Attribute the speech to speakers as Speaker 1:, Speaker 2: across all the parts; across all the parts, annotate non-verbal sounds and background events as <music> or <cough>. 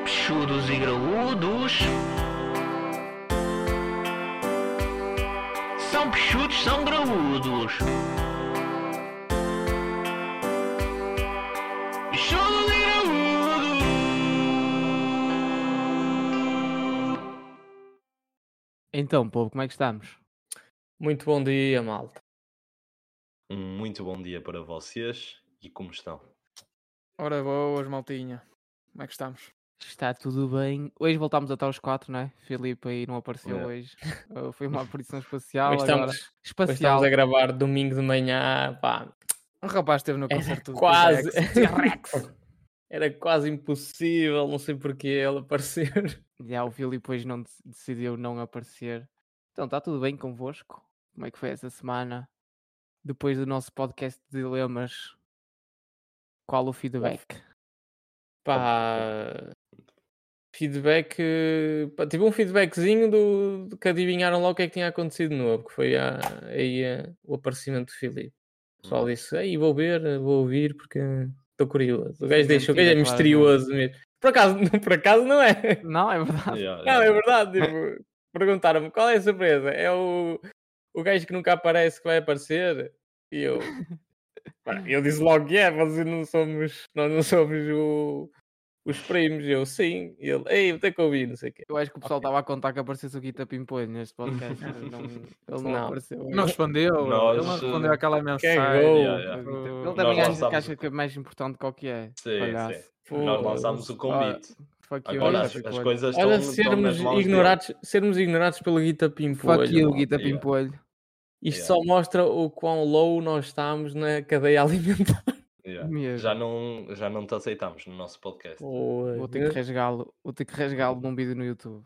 Speaker 1: cabeçudos e graúdos. São peixudos, são graúdos. Peixudos e graúdos.
Speaker 2: Então, povo, como é que estamos?
Speaker 3: Muito bom dia, malta.
Speaker 4: Um muito bom dia para vocês e como estão?
Speaker 3: Ora boas, maltinha. Como é que estamos?
Speaker 2: Está tudo bem. Hoje voltámos até aos quatro, não é? Filipe aí não apareceu
Speaker 3: <laughs>
Speaker 4: É.
Speaker 2: hoje. Uh, Foi uma aparição espacial.
Speaker 3: Hoje estamos-
Speaker 2: agora-
Speaker 3: Hoje
Speaker 2: Espacial.
Speaker 3: estamos a gravar domingo de manhã, pá,
Speaker 2: Um rapaz esteve no concerto do
Speaker 3: É, quase. <laughs>
Speaker 2: T-Rex.
Speaker 3: Era quase impossível, não sei porque ele aparecer. <laughs>
Speaker 2: Já o Filipe hoje não dec- decidiu não aparecer. Então, está tudo bem convosco? Como é que foi essa semana? Depois do nosso podcast de dilemas, qual o feedback?
Speaker 3: Pá, feedback, eh, pá, tive um feedbackzinho do, de que adivinharam logo o que é que tinha acontecido de novo, que foi a, aí eh, o aparecimento do Filipe. O pessoal disse, aí vou ver, vou ouvir porque estou curioso. O gajo
Speaker 2: Isso é
Speaker 3: deixa, o gajo
Speaker 2: mentira,
Speaker 3: é
Speaker 2: claro,
Speaker 3: misterioso mesmo. Por acaso, <laughs> por acaso não é.
Speaker 2: Não, é verdade.
Speaker 4: Yeah,
Speaker 3: Não, é
Speaker 4: yeah.
Speaker 3: verdade. Tipo, perguntaram-me qual é a surpresa. É o, o gajo que nunca aparece que vai aparecer. E eu. Pá, Eu disse logo que é, mas não somos, nós não somos o- os primos. Eu sim. E ele, ei, vou ter que ouvir, não sei o quê.
Speaker 2: Eu acho que o pessoal estava a contar que aparecesse o Guita Pimpolho neste podcast. mas
Speaker 4: <laughs>
Speaker 2: não- ele não,
Speaker 3: Não.
Speaker 2: apareceu.
Speaker 5: Não respondeu, ele não
Speaker 4: Nós,
Speaker 5: respondeu
Speaker 4: eh,
Speaker 5: àquela
Speaker 3: cagou.
Speaker 5: mensagem.
Speaker 4: Yeah, yeah.
Speaker 5: Tipo,
Speaker 2: Ele
Speaker 4: Nós
Speaker 2: também acha que
Speaker 4: lançámos
Speaker 2: acha
Speaker 4: o-
Speaker 2: que é mais importante que o que é.
Speaker 4: Sim,
Speaker 2: palhaço.
Speaker 4: sim. Nós
Speaker 3: Foda-se.
Speaker 4: lançámos o convite.
Speaker 2: Fuck you,
Speaker 4: Agora as,
Speaker 2: Guita
Speaker 4: as
Speaker 2: Pimpolho.
Speaker 4: coisas estão,
Speaker 3: Olha,
Speaker 4: estão nas
Speaker 3: sermos
Speaker 4: mãos dele.
Speaker 3: ignorados, sermos ignorados pelo Guita Pimpolho.
Speaker 2: Fuck you,
Speaker 3: malta.
Speaker 2: Guita
Speaker 4: yeah.
Speaker 2: Pimpolho.
Speaker 3: Isto
Speaker 4: Yeah.
Speaker 3: só mostra o quão low nós estamos na cadeia <laughs> alimentar.
Speaker 4: Yeah.
Speaker 2: Mesmo.
Speaker 4: Já, não, já não te aceitamos no nosso podcast.
Speaker 2: Vou ter que
Speaker 4: É.
Speaker 2: rasgá-lo. Vou ter que rasgá-lo num vídeo no
Speaker 4: <laughs>
Speaker 2: YouTube.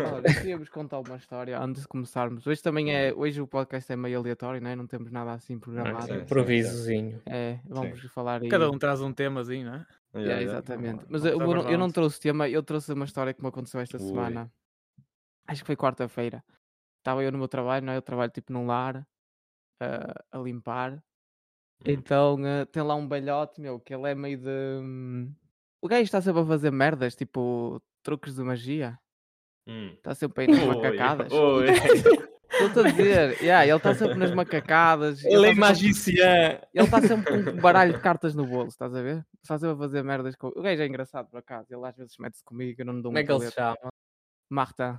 Speaker 2: Olha, eu queria-vos contar uma história antes de começarmos. Hoje também é.
Speaker 4: Hum.
Speaker 2: Hoje o podcast é meio aleatório, né? não temos nada assim programado.
Speaker 4: sim.
Speaker 3: Improvisozinho.
Speaker 2: É, vamos falar aí.
Speaker 5: Cada um traz um temazinho, não é?
Speaker 2: É,
Speaker 4: Yeah, yeah.
Speaker 2: exatamente. Mas
Speaker 5: Vamos
Speaker 2: eu, eu
Speaker 5: abordar
Speaker 2: não, eu não
Speaker 5: antes.
Speaker 2: trouxe tema, eu trouxe uma história que me aconteceu esta
Speaker 4: Ui.
Speaker 2: semana. Acho que foi quarta-feira. Estava eu no meu trabalho, não é? Eu trabalho tipo num lar, ah, a limpar. Então ah, tem lá um balhote, meu, que ele é meio de. hum, O gajo está sempre a fazer merdas, tipo truques de magia.
Speaker 4: Hum.
Speaker 2: Está sempre
Speaker 4: <laughs>
Speaker 2: aí nas
Speaker 4: Oi,
Speaker 2: macacadas.
Speaker 4: oi.
Speaker 2: Estou-te a dizer, yeah, ele está sempre
Speaker 4: <laughs>
Speaker 2: nas macacadas.
Speaker 3: Ele é
Speaker 2: tá sempre-
Speaker 3: magiciã.
Speaker 2: ele está sempre com um baralho de cartas no bolso, estás a ver? Está sempre a fazer merdas com. O gajo é engraçado por acaso, ele às vezes mete-se comigo, eu não lhe dou
Speaker 3: Como é que ele se
Speaker 2: muito
Speaker 3: chama?
Speaker 2: Marta.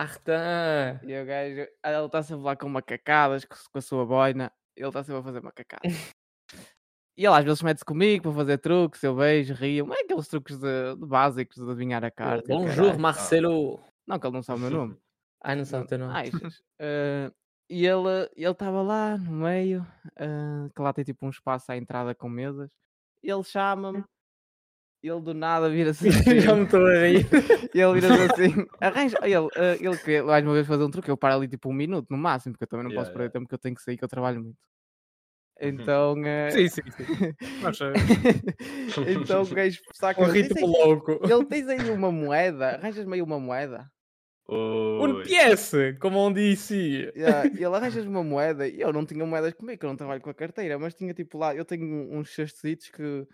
Speaker 3: Marta!
Speaker 2: E o gajo, ah, ele está sempre lá com macacadas, com com a sua boina, ele está sempre a fazer macacadas.
Speaker 3: <laughs>
Speaker 2: E ele às vezes mete-se comigo para fazer truques, eu beijo, rio, mas é aqueles truques de, de básicos de adivinhar a carta. e o
Speaker 3: Bonjour,
Speaker 2: caralho.
Speaker 3: Marcelo!
Speaker 2: Não, que ele não sabe o meu nome.
Speaker 3: Ai, não sabe o teu nome. <laughs>
Speaker 2: Ah, isso. Eh, e ele ele estava lá no meio, eh, que lá tem tipo um espaço à entrada com mesas. Ele chama-me, ele do nada vira-se
Speaker 3: <laughs>
Speaker 2: <laughs>
Speaker 3: Já
Speaker 2: assim,
Speaker 3: me estou a rir. <laughs>
Speaker 2: ele vira-se assim, arranja, ele, eh, ele queria mais uma vez fazer um truque, eu paro ali tipo um minuto no máximo, porque eu também não
Speaker 4: Yeah,
Speaker 2: posso perder tempo que eu tenho que sair, que eu trabalho muito. Então, eh,
Speaker 5: Sim, sim, sim. Nós eh, sabemos.
Speaker 2: <laughs> então o gajo saca
Speaker 3: Um
Speaker 2: ele diz
Speaker 3: ritmo
Speaker 2: aí-
Speaker 3: louco.
Speaker 2: ele tens aí uma moeda, arranjas meio uma moeda.
Speaker 3: Um
Speaker 4: Oi.
Speaker 3: PS, como um DC.
Speaker 2: Yeah, e ele arranjas uma moeda e eu não tinha moedas comigo, que eu não trabalho com a carteira, mas tinha tipo lá, eu tenho um- uns cestecitos que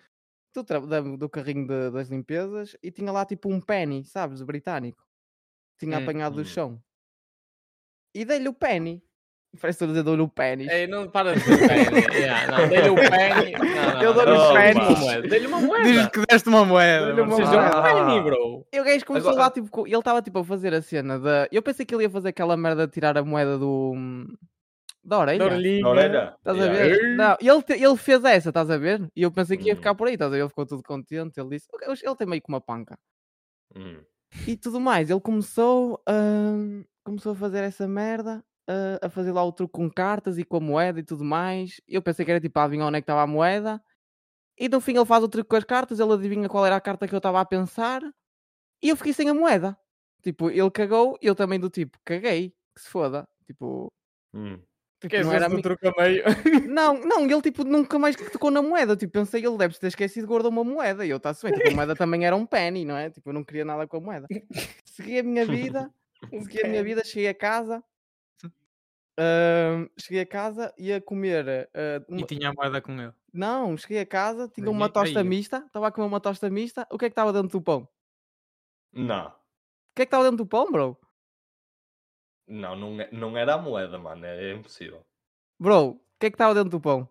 Speaker 2: do, tra- da- do carrinho de- das limpezas e tinha lá tipo um penny, sabes, britânico. Tinha
Speaker 3: Hum,
Speaker 2: apanhado
Speaker 4: hum.
Speaker 2: do chão. E dei-lhe o penny. Parece que estou a dizer dou-lhe o penny.
Speaker 3: Ei, É, não para de dizer penny. Yeah, É, <laughs> não, Dei-lhe o penny. né? Não, não,
Speaker 2: Eu dou-lhe
Speaker 3: não,
Speaker 4: os
Speaker 3: dei-lhe
Speaker 4: pennies.
Speaker 3: uma moeda, Dei-lhe uma
Speaker 5: Diz
Speaker 3: moeda.
Speaker 5: que deste uma moeda.
Speaker 2: Olha,
Speaker 5: mano.
Speaker 2: uma
Speaker 3: Vocês
Speaker 5: Seja-
Speaker 3: dão
Speaker 2: moeda.
Speaker 3: um penny, bro.
Speaker 2: E o gajo começou
Speaker 4: Agora-
Speaker 2: lá, tipo, co- ele estava tipo a fazer a cena da. Eu pensei que ele ia fazer aquela merda de tirar a moeda do. hum, da orelha.
Speaker 3: é. né?
Speaker 4: Na orelha?
Speaker 2: Estás a
Speaker 4: Yeah.
Speaker 2: ver? Não, ele, te- ele fez essa, estás a ver? E eu pensei que ia
Speaker 4: Hum.
Speaker 2: ficar por aí, estás a ver? Ele ficou todo contente, ele disse. "Ok, Ele tem meio que uma panca.
Speaker 4: Hum.
Speaker 2: E tudo mais, ele começou, hum, começou a fazer essa merda, ah, a fazer lá o truque com cartas e com a moeda e tudo mais. Eu pensei que era tipo a adivinhar onde é que estava a moeda. E no fim ele faz o truque com as cartas, ele adivinha qual era a carta que eu estava a pensar. E eu fiquei sem a moeda. Tipo, ele cagou, eu também do tipo, caguei, que se foda. Tipo,
Speaker 4: Hum.
Speaker 2: tipo
Speaker 3: Queres fazer
Speaker 2: mi-
Speaker 3: um truque a meio?
Speaker 2: não, não, ele tipo nunca mais que tocou na moeda. Tipo, pensei, ele deve ter esquecido, guardou uma moeda. E eu, está-se bem, tipo, a moeda também era um penny, não é? Tipo, eu não queria nada com a moeda. Segui a minha <laughs> vida, segui a minha vida, cheguei a casa. ahm, cheguei a casa, ia comer. ah, uma-
Speaker 5: E tinha a moeda com ele.
Speaker 2: Não, cheguei a casa, tinha
Speaker 5: Ai,
Speaker 2: uma
Speaker 5: ai,
Speaker 2: tosta
Speaker 5: ai.
Speaker 2: mista, estava a comer uma tosta mista. O que é que estava dentro do pão?
Speaker 1: Não.
Speaker 2: O que é que estava dentro do pão, bro?
Speaker 1: Não, não, é- não era a moeda, mano. É impossível.
Speaker 2: Bro, o que é que estava dentro do pão?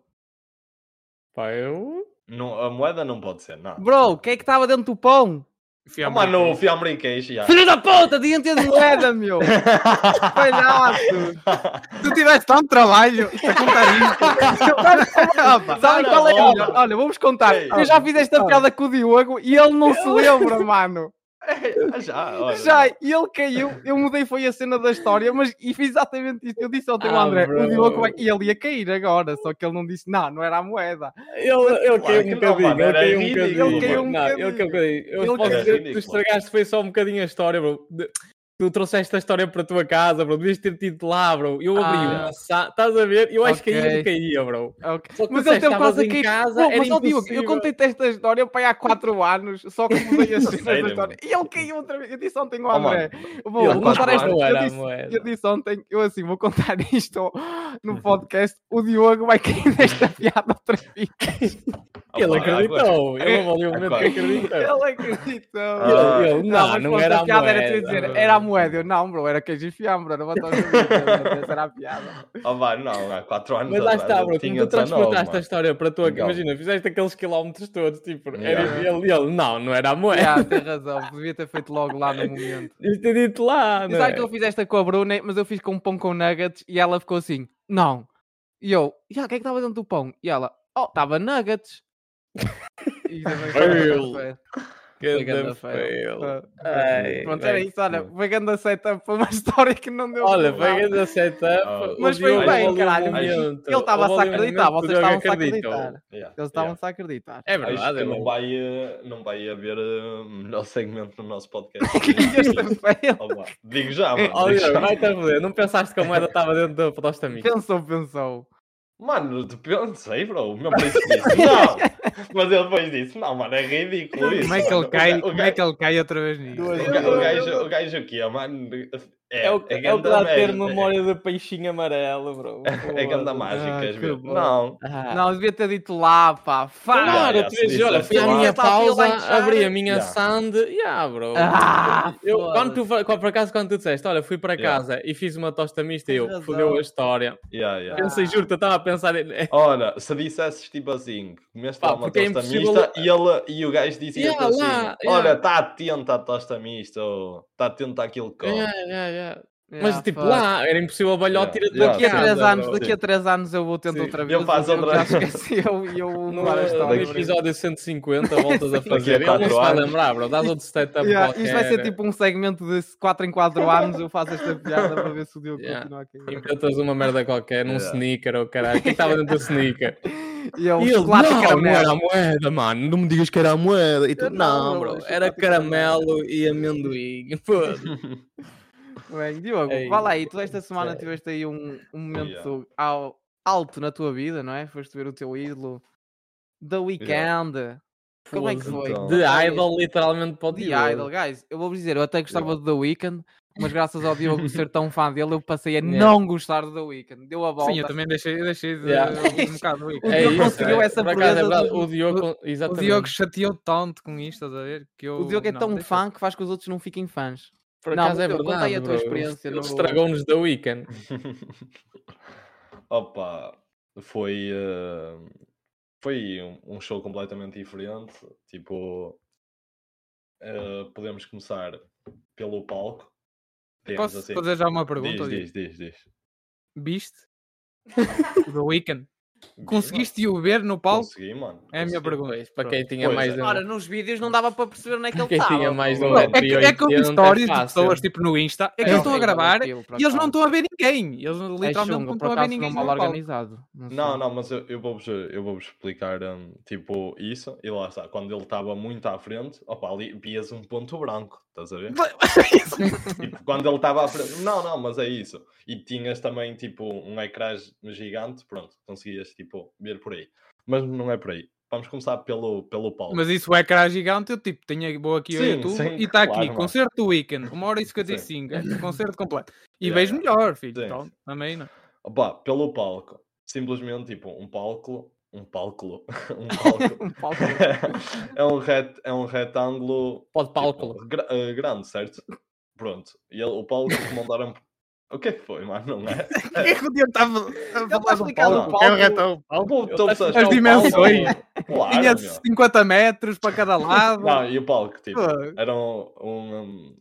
Speaker 3: Pá, eu.
Speaker 1: Não, a moeda não pode ser, não.
Speaker 2: Bro, o que é que estava dentro do pão?
Speaker 1: Oh,
Speaker 5: Fiambre
Speaker 1: mano, o
Speaker 5: aqui.
Speaker 1: fiambre e queijo, já. <laughs>
Speaker 2: Filho da puta, deviam ter de moeda, <laughs> meu! Palhaço!
Speaker 5: Se tu tivesse tanto trabalho
Speaker 3: É
Speaker 5: a contar isto. Opa,
Speaker 2: Sabem
Speaker 1: Ora,
Speaker 2: qual é?
Speaker 1: ora.
Speaker 2: Olha, olha, vamos contar.
Speaker 1: Ei.
Speaker 2: Eu já fiz esta piada com o Diogo e ele não se lembra, mano.
Speaker 1: Ah, já, olha.
Speaker 2: Já, e ele caiu, eu mudei, foi a cena da história, mas e fiz exatamente isto. Eu disse ao teu
Speaker 3: Ah,
Speaker 2: André, o
Speaker 3: bro.
Speaker 2: Diogo vai... E ele ia cair agora, só que ele não disse, não, não era a moeda.
Speaker 3: Ele, ele
Speaker 1: Claro
Speaker 3: caiu
Speaker 1: que
Speaker 3: um
Speaker 1: não, mano,
Speaker 3: bocadinho, ele
Speaker 1: era
Speaker 3: caiu um
Speaker 1: ridículo,
Speaker 3: bocadinho.
Speaker 2: Ele caiu um
Speaker 3: Não, ele caiu um bocadinho.
Speaker 2: Ele
Speaker 3: Eu posso
Speaker 1: caiu.
Speaker 3: dizer que tu
Speaker 1: Ridículo.
Speaker 3: estragaste foi só um bocadinho a história, bro. De- Tu trouxeste a história para a tua casa, bro. Devias ter tido lá, bro. Eu abri
Speaker 2: Ah.
Speaker 3: uma sa... Estás a ver? Eu acho que aí
Speaker 2: Ok.
Speaker 3: ele caía, bro.
Speaker 2: Ok.
Speaker 3: Só que
Speaker 2: Mas
Speaker 3: tu
Speaker 2: ele
Speaker 3: disseste,
Speaker 2: teve
Speaker 3: estavas
Speaker 2: quase a
Speaker 3: em
Speaker 2: cair.
Speaker 3: casa,
Speaker 2: Bro,
Speaker 3: era
Speaker 2: mas ó, Diogo, eu
Speaker 3: impossível.
Speaker 2: contei-te esta história para aí há 4 anos, só que mudei as cenas
Speaker 1: Sério,
Speaker 2: da
Speaker 1: mano?
Speaker 2: história. E ele caiu outra vez. Eu disse ontem ao
Speaker 1: Oh, mano,
Speaker 2: André, vou
Speaker 3: <laughs> Ele
Speaker 1: Há quatro
Speaker 2: contar esta.
Speaker 3: não era
Speaker 2: Eu
Speaker 3: a
Speaker 2: disse,
Speaker 3: moeda.
Speaker 2: Eu disse ontem, eu assim, vou contar <laughs> isto
Speaker 3: Uhum.
Speaker 2: no podcast, o Diogo vai cair nesta piada outra vez.
Speaker 1: Ah,
Speaker 3: Ele
Speaker 1: pá, agora-
Speaker 3: acreditou. Ele avaliou o um momento que
Speaker 1: Agora.
Speaker 3: acreditou.
Speaker 2: Ele acreditou.
Speaker 1: Ah.
Speaker 3: Ele- ele, não,
Speaker 2: mas
Speaker 3: não
Speaker 2: pronto,
Speaker 3: era a
Speaker 2: piada era tu
Speaker 3: moeda,
Speaker 2: dizer,
Speaker 3: bro.
Speaker 2: era a moeda. Eu, não, bro, era queijo e fiambre, não vou estar a dizer, essa era a piada.
Speaker 1: Ah, vá, não, há 4 anos
Speaker 3: Mas lá
Speaker 1: atrás
Speaker 3: está,
Speaker 1: eu
Speaker 3: bro, como
Speaker 1: tinha
Speaker 3: tu
Speaker 1: 19,
Speaker 3: transportaste
Speaker 1: mano.
Speaker 3: a história para a tua
Speaker 1: Legal.
Speaker 3: Imagina, fizeste aqueles quilómetros todos, tipo, era-
Speaker 1: Yeah.
Speaker 3: ele, ele, não, não é. era a moeda.
Speaker 2: Yeah, tem razão, devia ter feito logo lá no momento.
Speaker 3: Isto é dito lá,
Speaker 2: E
Speaker 3: não
Speaker 2: sabe
Speaker 3: é?
Speaker 2: que eu fiz esta com a Bruna, mas eu fiz com um pão com nuggets e ela ficou assim, não. E eu, já, o que é que estava dentro do pão? E ela, oh, estava nuggets. E também foi
Speaker 3: Fail.
Speaker 2: fail.
Speaker 3: Que
Speaker 2: Ganda
Speaker 3: da
Speaker 2: fail.
Speaker 3: fail. Ah,
Speaker 2: Ai, Pronto, era
Speaker 3: bem.
Speaker 2: isso, olha, foi grande setup para uma <laughs> história que não deu
Speaker 3: Olha,
Speaker 2: para nada.
Speaker 3: foi grande
Speaker 1: Ah.
Speaker 3: setup. um
Speaker 2: Mas
Speaker 3: o
Speaker 2: foi
Speaker 3: Diogo
Speaker 2: bem,
Speaker 3: avaliou o
Speaker 2: caralho.
Speaker 3: momento,
Speaker 2: Ele estava a
Speaker 3: avaliou o
Speaker 2: acreditar,
Speaker 3: momento,
Speaker 2: vocês
Speaker 3: o Diogo
Speaker 2: estavam a
Speaker 3: acreditou.
Speaker 2: acreditar.
Speaker 1: Yeah,
Speaker 2: Eles
Speaker 1: yeah.
Speaker 2: estavam-se a acreditar. <laughs>
Speaker 3: É
Speaker 1: Acho
Speaker 3: verdade,
Speaker 1: que
Speaker 3: é
Speaker 1: não
Speaker 3: verdade.
Speaker 1: vai, eh, não vai haver eh, melhor segmento no nosso podcast.
Speaker 2: Este fail.
Speaker 1: Ah, vá. Digo já, mano.
Speaker 3: Olha,
Speaker 1: digo já.
Speaker 3: Diogo, vai-te a foder. Não pensaste que a moeda estava dentro da posta amiga?
Speaker 2: Pensou, pensou.
Speaker 1: Mano, depende, não sei, bro. O meu preço disse não. Mas ele depois disse, não, mano, é ridículo isso.
Speaker 5: Como é que
Speaker 1: mano.
Speaker 5: ele
Speaker 1: O
Speaker 5: cai?
Speaker 1: ga-
Speaker 5: Como é que ele cai outra vez nisso?
Speaker 1: O ga- o gajo, o gajo aqui, ó, mano. É,
Speaker 3: É o
Speaker 1: é
Speaker 3: é o que dá a
Speaker 1: ganda
Speaker 3: ter
Speaker 1: merda,
Speaker 3: memória de peixinho amarelo, bro.
Speaker 1: <laughs> É, é ganda mágica,
Speaker 2: Ah,
Speaker 1: queres
Speaker 2: que
Speaker 1: ver?
Speaker 2: bom.
Speaker 1: Não.
Speaker 3: Ah,
Speaker 2: Não, devia ter dito lá, pá. Fá!
Speaker 3: Claro,
Speaker 1: Yeah,
Speaker 3: tu
Speaker 1: yeah,
Speaker 3: dizes, olha,
Speaker 1: sim,
Speaker 3: fui à
Speaker 1: sim,
Speaker 3: minha
Speaker 2: sim. Ela
Speaker 3: pausa,
Speaker 2: vai deixar-
Speaker 3: abri a minha
Speaker 1: Yeah.
Speaker 3: sand, yeah, bro.
Speaker 2: Ah,
Speaker 3: eu,
Speaker 2: foda-se.
Speaker 3: quando tu, fa- quando- por acaso, quando tu disseste, olha, fui para
Speaker 1: Yeah.
Speaker 3: casa e fiz uma tosta mista,
Speaker 2: Tens
Speaker 3: eu,
Speaker 2: razão. Ah.
Speaker 3: fodeu a história.
Speaker 1: Yeah, yeah.
Speaker 3: Pensei, juro, eu estava a pensar,
Speaker 2: <laughs>
Speaker 3: em- "É,
Speaker 1: Ora, se dissesses tipo assim, comeste
Speaker 3: Pá,
Speaker 1: lá uma
Speaker 3: porque é
Speaker 1: tosta
Speaker 3: impossível-
Speaker 1: mista e, ele, e o gajo dizia
Speaker 3: Yeah,
Speaker 1: assim:
Speaker 3: lá,
Speaker 1: Olha,
Speaker 3: yeah.
Speaker 1: está atento à tosta mista ou está atento àquilo que come.
Speaker 3: Yeah, yeah, yeah.
Speaker 2: Yeah,
Speaker 3: Mas tipo,
Speaker 2: fuck.
Speaker 3: lá era impossível balhó
Speaker 1: Yeah.
Speaker 3: tirar
Speaker 1: Yeah,
Speaker 3: yeah.
Speaker 2: Daqui a
Speaker 1: sim.
Speaker 2: 3
Speaker 1: Anda,
Speaker 2: anos,
Speaker 1: bro.
Speaker 2: daqui a
Speaker 1: Sim.
Speaker 2: 3 anos eu vou tentar
Speaker 3: Sim,
Speaker 2: outra
Speaker 1: eu
Speaker 2: vez.
Speaker 1: faço
Speaker 2: o Diogo
Speaker 1: outra
Speaker 2: Já
Speaker 1: vez.
Speaker 2: esqueceu e eu
Speaker 3: <laughs> No,
Speaker 2: mudar a história.
Speaker 1: daqui-
Speaker 3: episódio 150 voltas a fazer. Ele não
Speaker 1: quatro
Speaker 3: se vai
Speaker 1: anos.
Speaker 3: lembrar, bro. Dás outro setup
Speaker 2: <laughs> Yeah,
Speaker 3: qualquer.
Speaker 2: isto vai ser tipo um segmento de 4 em 4 anos. Eu faço esta piada para ver se o Diogo
Speaker 3: Yeah.
Speaker 2: continua a cair.
Speaker 3: Inventas uma merda qualquer, num
Speaker 1: Yeah.
Speaker 3: sneaker ou caralho. O que estava dentro
Speaker 2: <laughs>
Speaker 3: do sneaker?
Speaker 2: E eu,
Speaker 3: E ele,
Speaker 2: Um chocolate e
Speaker 3: não, é não
Speaker 2: caramelo.
Speaker 3: era a moeda, mano. Não me digas que era a moeda. E tu,
Speaker 2: Eu
Speaker 3: não,
Speaker 2: não, tipo, bro,
Speaker 3: bro.
Speaker 2: chocolate
Speaker 3: Era
Speaker 2: e caramelo."
Speaker 3: caramelo e amendoim. <laughs> Pô.
Speaker 2: Bem, Diogo,
Speaker 3: Ei,
Speaker 2: vá lá aí. Tu esta semana
Speaker 3: sei.
Speaker 2: tiveste aí um, um momento
Speaker 1: Yeah.
Speaker 2: ao- alto na tua vida, não é? Foste ver o teu ídolo. The
Speaker 1: Yeah.
Speaker 2: Weeknd. Como é que foi?
Speaker 1: então.
Speaker 2: Conta lá
Speaker 3: The
Speaker 2: aí.
Speaker 3: Idol, literalmente, para o
Speaker 2: The
Speaker 3: Diogo.
Speaker 2: Idol, guys. Eu vou-vos dizer, eu até gostava do The Weeknd, mas graças ao Diogo ser tão fã dele, eu passei a
Speaker 3: Yeah.
Speaker 2: não gostar do The Weeknd. Deu a volta.
Speaker 5: Sim, eu também deixei, eu deixei de,
Speaker 3: Yeah.
Speaker 5: um bocado aí.
Speaker 2: O
Speaker 3: É
Speaker 2: Diogo
Speaker 3: isso,
Speaker 2: conseguiu
Speaker 3: é.
Speaker 2: essa
Speaker 3: Por acaso, é
Speaker 2: proeza
Speaker 3: verdade,
Speaker 2: de-
Speaker 3: O Diogo, exatamente.
Speaker 5: O Diogo chateou tanto com isto, estás a ver? Que eu,
Speaker 2: O Diogo é
Speaker 5: não,
Speaker 2: tão
Speaker 5: deixa-
Speaker 2: fã que faz com que os outros não fiquem fãs.
Speaker 3: Por
Speaker 2: Não,
Speaker 3: acaso
Speaker 2: mas
Speaker 3: é
Speaker 2: eu- conta
Speaker 3: verdade.
Speaker 2: aí a tua
Speaker 3: bro.
Speaker 2: experiência
Speaker 3: Ele
Speaker 2: no-
Speaker 3: estragou-nos da weekend.
Speaker 1: Opa, foi, eh, foi um, um show completamente diferente. Tipo, eh, podemos começar pelo palco. digamos
Speaker 5: Posso
Speaker 1: assim.
Speaker 5: fazer já uma pergunta? Diogo?
Speaker 1: Diz, diz, diz, diz.
Speaker 5: Viste? O The Weeknd. Conseguiste o ver no palco?
Speaker 1: Consegui, mano.
Speaker 5: É a minha
Speaker 1: consegui.
Speaker 5: pergunta.
Speaker 3: Pois, para quem tinha
Speaker 1: Pois
Speaker 3: mais
Speaker 1: é.
Speaker 3: de um.
Speaker 2: Ora, nos vídeos não dava para perceber onde é que ele
Speaker 3: <laughs> Quem
Speaker 2: estava.
Speaker 3: tinha mais
Speaker 2: pô.
Speaker 3: de um
Speaker 5: é, que, é que eu vi
Speaker 3: 1,80
Speaker 5: stories de
Speaker 3: fácil.
Speaker 5: pessoas tipo no Insta, é que
Speaker 2: É
Speaker 5: eles estão a
Speaker 2: horrível
Speaker 5: gravar
Speaker 2: aquilo, por
Speaker 5: e eles não
Speaker 2: acaso.
Speaker 5: estão a ver ninguém. Eles literalmente
Speaker 2: É chungo,
Speaker 5: não
Speaker 2: por
Speaker 5: estão a ver
Speaker 2: acaso
Speaker 5: ninguém.
Speaker 2: não mal
Speaker 5: no palco.
Speaker 2: organizado. sei.
Speaker 1: Não, não, mas eu, eu vou-vos eu vou explicar hum, tipo isso, e lá está, quando ele estava muito à frente, opa, ali vias um ponto branco, estás a ver? tipo, quando ele estava à frente, não, não, mas é isso. E tinhas também tipo um ecrã gigante, pronto, conseguias tipo ver por aí. Mas não é por aí. Vamos começar pelo, pelo palco.
Speaker 5: Mas isso é cara gigante, eu tipo, tenho, vou aqui ao
Speaker 1: Sim,
Speaker 5: YouTube
Speaker 1: sim,
Speaker 5: e está aqui,
Speaker 1: claro, mano.
Speaker 5: concerto do Weekend, 1 hora e 55, é, concerto completo. E
Speaker 1: Yeah,
Speaker 5: vejo
Speaker 1: yeah.
Speaker 5: melhor, filho.
Speaker 1: Sim,
Speaker 5: Então,
Speaker 1: sim.
Speaker 5: também não.
Speaker 1: Opa, pelo palco. Simplesmente tipo um palco
Speaker 4: um palco. um palco.
Speaker 2: <laughs> Um palco.
Speaker 4: é, um ret, é um retângulo
Speaker 3: Pode
Speaker 4: tipo,
Speaker 3: pálculo.
Speaker 4: gra- eh, grande, certo? Pronto. E ele- o palco que mandaram. O que é que foi, mano? Não é?
Speaker 6: O que é que o Diogo estava a falar
Speaker 2: tá
Speaker 6: do
Speaker 2: explicando
Speaker 6: palco?
Speaker 2: o
Speaker 6: Quer
Speaker 2: palco.
Speaker 4: um
Speaker 6: retar o palco?
Speaker 4: Pô, tu
Speaker 3: As
Speaker 4: achar o palco,
Speaker 5: dimensões.
Speaker 4: meu. Claro,
Speaker 5: Tinha
Speaker 4: meu.
Speaker 5: 50 metros para cada lado.
Speaker 4: Não, e o palco, tipo,
Speaker 5: Ah.
Speaker 4: era um, um, um-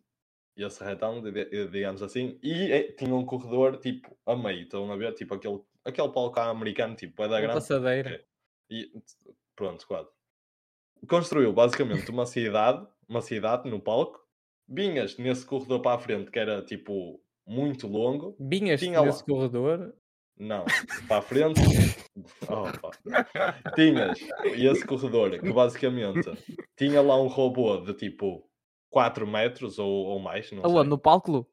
Speaker 4: esse retângulo, di- digamos assim, e eh, tinha um corredor, tipo, a meio, estão a ver, tipo, aquele, aquele palco à americano, tipo, é da
Speaker 3: Uma
Speaker 4: grande,
Speaker 3: passadeira.
Speaker 4: e pronto, quase. Construiu, basicamente, uma cidade, uma cidade no palco, vinhas nesse corredor para a frente, que era, tipo, muito longo,
Speaker 3: Vinhas
Speaker 4: Tinha lá.
Speaker 3: nesse corredor.
Speaker 4: não, para a frente. Opa. Tinhas esse corredor que basicamente tinha lá um robô de tipo 4 metros ou, ou mais,
Speaker 3: Ah,
Speaker 4: não
Speaker 2: Aonde?
Speaker 4: sei.
Speaker 2: No palco?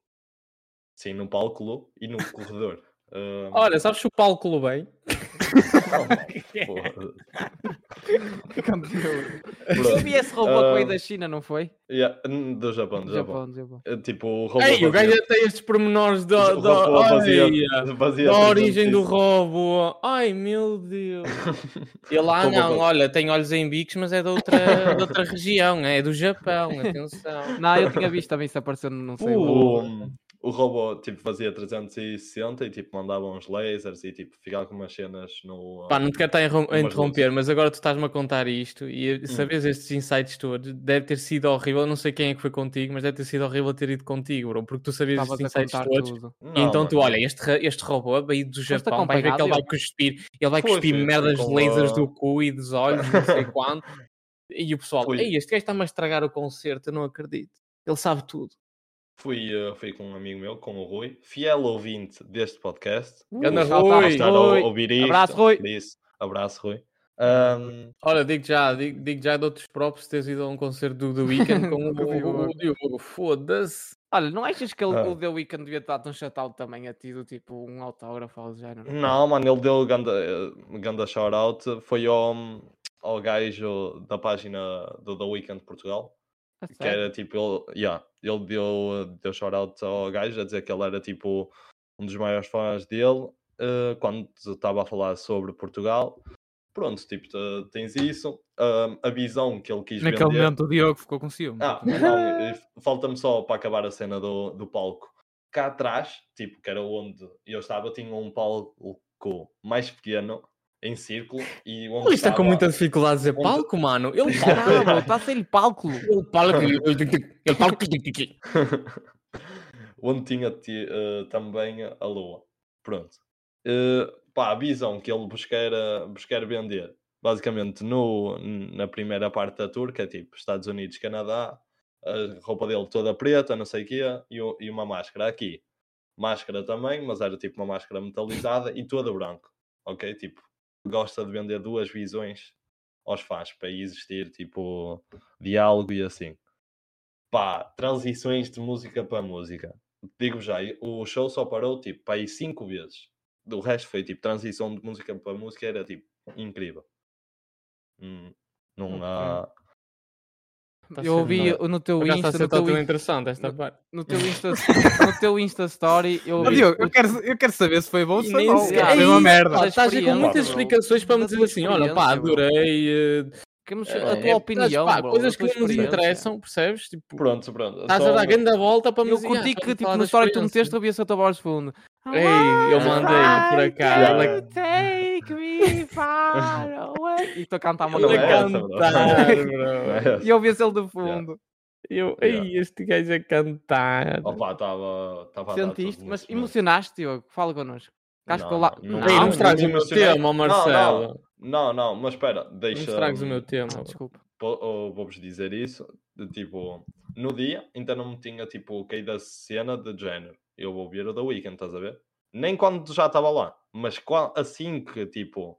Speaker 4: Sim, no palco e no corredor. Ah,
Speaker 3: Olha, sabes o palco bem?
Speaker 4: não, não, porra.
Speaker 2: Eu
Speaker 4: Pronto.
Speaker 2: vi esse robô que
Speaker 4: Ah,
Speaker 2: veio da China, não foi?
Speaker 4: Yeah, hum, do Japão, do Japão.
Speaker 2: Japão, do Japão.
Speaker 4: Eh, Tipo, o robô.
Speaker 3: Ei, o
Speaker 4: fazia-
Speaker 3: gajo tem estes pormenores
Speaker 4: o
Speaker 3: da, da,
Speaker 4: robô fazia-
Speaker 3: Olha,
Speaker 4: fazia
Speaker 3: da origem do
Speaker 4: 360.
Speaker 3: roubo. Ai meu Deus. E lá
Speaker 4: Robô
Speaker 3: não,
Speaker 4: Cop.
Speaker 3: olha, tem olhos em bicos, mas é de outra, de outra região, é do Japão,
Speaker 2: <laughs>
Speaker 3: atenção.
Speaker 2: Não, eu tinha visto também se apareceu, no- não sei. onde.
Speaker 4: o, o robô tipo, fazia 360 e tipo, mandava uns lasers e tipo, ficava com umas cenas no.
Speaker 3: Pá, não te quero estar a interrom- a
Speaker 4: Umas
Speaker 3: interromper, mas agora tu estás-me a contar isto
Speaker 2: Hum.
Speaker 3: e sabes estes insights todos, deve ter sido horrível, não sei quem é que foi contigo, mas deve ter sido horrível ter ido contigo, bro, porque tu sabias estes
Speaker 2: Estavas a
Speaker 4: é
Speaker 3: insights
Speaker 2: contar
Speaker 3: todos.
Speaker 2: tudo.
Speaker 4: Não,
Speaker 3: E então
Speaker 4: mano,
Speaker 3: tu, olha, este, ra- este robô veio do Japão, vai ver que
Speaker 2: acompanhado,
Speaker 3: ele vai
Speaker 2: eu?
Speaker 3: cuspir, ele vai
Speaker 4: Foi,
Speaker 3: cuspir
Speaker 4: foi, foi
Speaker 3: merdas de
Speaker 4: com
Speaker 3: lasers
Speaker 4: a-
Speaker 3: do cu e dos olhos, não <laughs> sei quanto. E o pessoal,
Speaker 4: Foi.
Speaker 3: ei, este gajo está-me a estragar o concerto, eu não acredito. Ele sabe tudo.
Speaker 4: Fui, eh, fui com um amigo meu, com o Rui, fiel ouvinte deste podcast.
Speaker 2: Uh,
Speaker 3: Ganda
Speaker 2: saltava.
Speaker 4: Vai
Speaker 3: Rui!
Speaker 4: estar a
Speaker 2: Rui.
Speaker 4: ouvir isto.
Speaker 2: Abraço, Rui.
Speaker 4: por isso, abraço, Rui. Ahm,
Speaker 3: Olha, digo já, digo, digo já de outros próprios teres ido a um concerto do The Weeknd
Speaker 2: <laughs>
Speaker 3: com o,
Speaker 2: Do
Speaker 3: o, o Diogo. Foda-se.
Speaker 2: Olha, não achas que ele,
Speaker 4: Ah.
Speaker 2: o The Weeknd devia estar tão chatado também a ti, do tipo um autógrafo ao género?
Speaker 4: não, mano, ele deu ganda, eh, ganda shout-out. Foi ao, ao gajo da página do The Weekend Portugal.
Speaker 2: A
Speaker 4: Que
Speaker 2: Ah, sério?
Speaker 4: era tipo, ele, yeah, ele deu, eh, deu shout-out ao gajo a dizer que ele era tipo um dos maiores fãs dele eh, quando estava a falar sobre Portugal. Pronto, tipo, te- tens isso. Ahm, a visão que ele quis
Speaker 5: Naquele
Speaker 4: vender.
Speaker 5: momento o Diogo ficou com ciúme. tipo, né?
Speaker 4: Ah, não, eh, falta-me só para acabar a cena do, do palco. Cá atrás, tipo, que era onde eu estava, tinha um palco mais pequeno, em círculo, e
Speaker 3: Ele
Speaker 4: onde
Speaker 2: Tá
Speaker 3: está
Speaker 4: estava-
Speaker 3: é com muita dificuldade a dizer
Speaker 4: Onde-
Speaker 3: palco, mano. Ele
Speaker 2: Ah,
Speaker 3: palco.
Speaker 2: bro, Está-se-lhe palco.
Speaker 3: Ele palco. Ele palco.
Speaker 4: onde tinha ti- eh, também a lua. Pronto. Eh, pá, a visão que ele busquera, busquer vender, basicamente, no, na primeira parte da tour, que é tipo Estados Unidos, Canadá, a roupa dele toda preta, não sei o quê, e, o- e uma máscara aqui. Máscara também, mas era tipo uma máscara metalizada e toda branco. Ok? Tipo, gosta de vender duas visões aos fãs para existir, tipo, diálogo e assim. Pá, transições de música para música. Digo já, o show só parou, tipo, para aí cinco vezes. Do resto foi, tipo, transição de música para música era, tipo, incrível. Hum, não há...
Speaker 3: Tá
Speaker 2: Eu ouvi no teu
Speaker 3: Já está a
Speaker 2: Insta,
Speaker 3: ser
Speaker 2: no teu
Speaker 3: tá tão
Speaker 2: Insta,
Speaker 3: interessante esta parte.
Speaker 2: no teu Insta, no teu Insta Story, eu
Speaker 5: Ó,
Speaker 2: ouvi.
Speaker 5: Diogo, eu quero, eu quero saber se foi bom ou se foi
Speaker 3: Nem
Speaker 5: mau.
Speaker 3: sequer-
Speaker 2: é
Speaker 5: Foi uma
Speaker 3: Ei,
Speaker 5: merda.
Speaker 3: pá, Estás aí com
Speaker 2: Experiência,
Speaker 3: muitas
Speaker 2: bro.
Speaker 3: explicações para me
Speaker 2: Da
Speaker 3: dizer
Speaker 2: tua
Speaker 3: assim: olha, pá,
Speaker 2: experiência, bro.
Speaker 3: adorei. eh,
Speaker 2: Queremos
Speaker 4: É,
Speaker 2: a tua
Speaker 4: é-
Speaker 2: opinião,
Speaker 3: mas, pá,
Speaker 2: bro,
Speaker 3: coisas
Speaker 2: a tua
Speaker 3: que não nos
Speaker 2: experiência.
Speaker 3: interessam, percebes? Tipo,
Speaker 4: Pronto, pronto.
Speaker 3: estás
Speaker 4: só
Speaker 3: a dar
Speaker 4: um-
Speaker 3: grande a volta para me
Speaker 2: Eu
Speaker 3: dizer.
Speaker 2: curti
Speaker 3: "Ah,
Speaker 2: que, tipo,
Speaker 3: falar
Speaker 2: na
Speaker 3: da
Speaker 2: história que tu
Speaker 3: experiência."
Speaker 2: meteste, havia só tua voz de fundo.
Speaker 3: Ei, eu
Speaker 4: Ah,
Speaker 3: mandei por acaso.
Speaker 4: quero.
Speaker 3: Ela
Speaker 2: Take me far away. <laughs> E estou a cantar uma
Speaker 4: Não
Speaker 3: ela
Speaker 4: é
Speaker 2: música.
Speaker 4: essa,
Speaker 3: cantar,
Speaker 4: Não
Speaker 3: bro. <laughs>
Speaker 4: é <laughs> essa.
Speaker 2: E eu ouvi ele de fundo.
Speaker 3: Eu,
Speaker 4: Yeah.
Speaker 3: ei, este gajo a cantar.
Speaker 4: Opa, estava... estava a dar tudo
Speaker 2: Sentiste, mas
Speaker 4: nesse momento.
Speaker 2: emocionaste, Diogo. Fala connosco. Acho que eu
Speaker 4: Não,
Speaker 2: lá.
Speaker 4: não,
Speaker 3: Ei, não me
Speaker 4: não
Speaker 3: estragues
Speaker 4: me
Speaker 3: o meu
Speaker 4: emocionei.
Speaker 3: tema, ó
Speaker 4: Não, não,
Speaker 3: Marcelo. Não,
Speaker 4: Não, não, mas espera, deixa...
Speaker 3: me estragues o meu tema.
Speaker 2: Ah,
Speaker 3: bro.
Speaker 2: desculpa.
Speaker 4: po- ou vou-vos dizer isso, de tipo, no dia ainda não me tinha tipo caído a cena de género. Eu vou ver o da Weekend, estás a ver? Nem quando já estava lá, mas qua- assim que tipo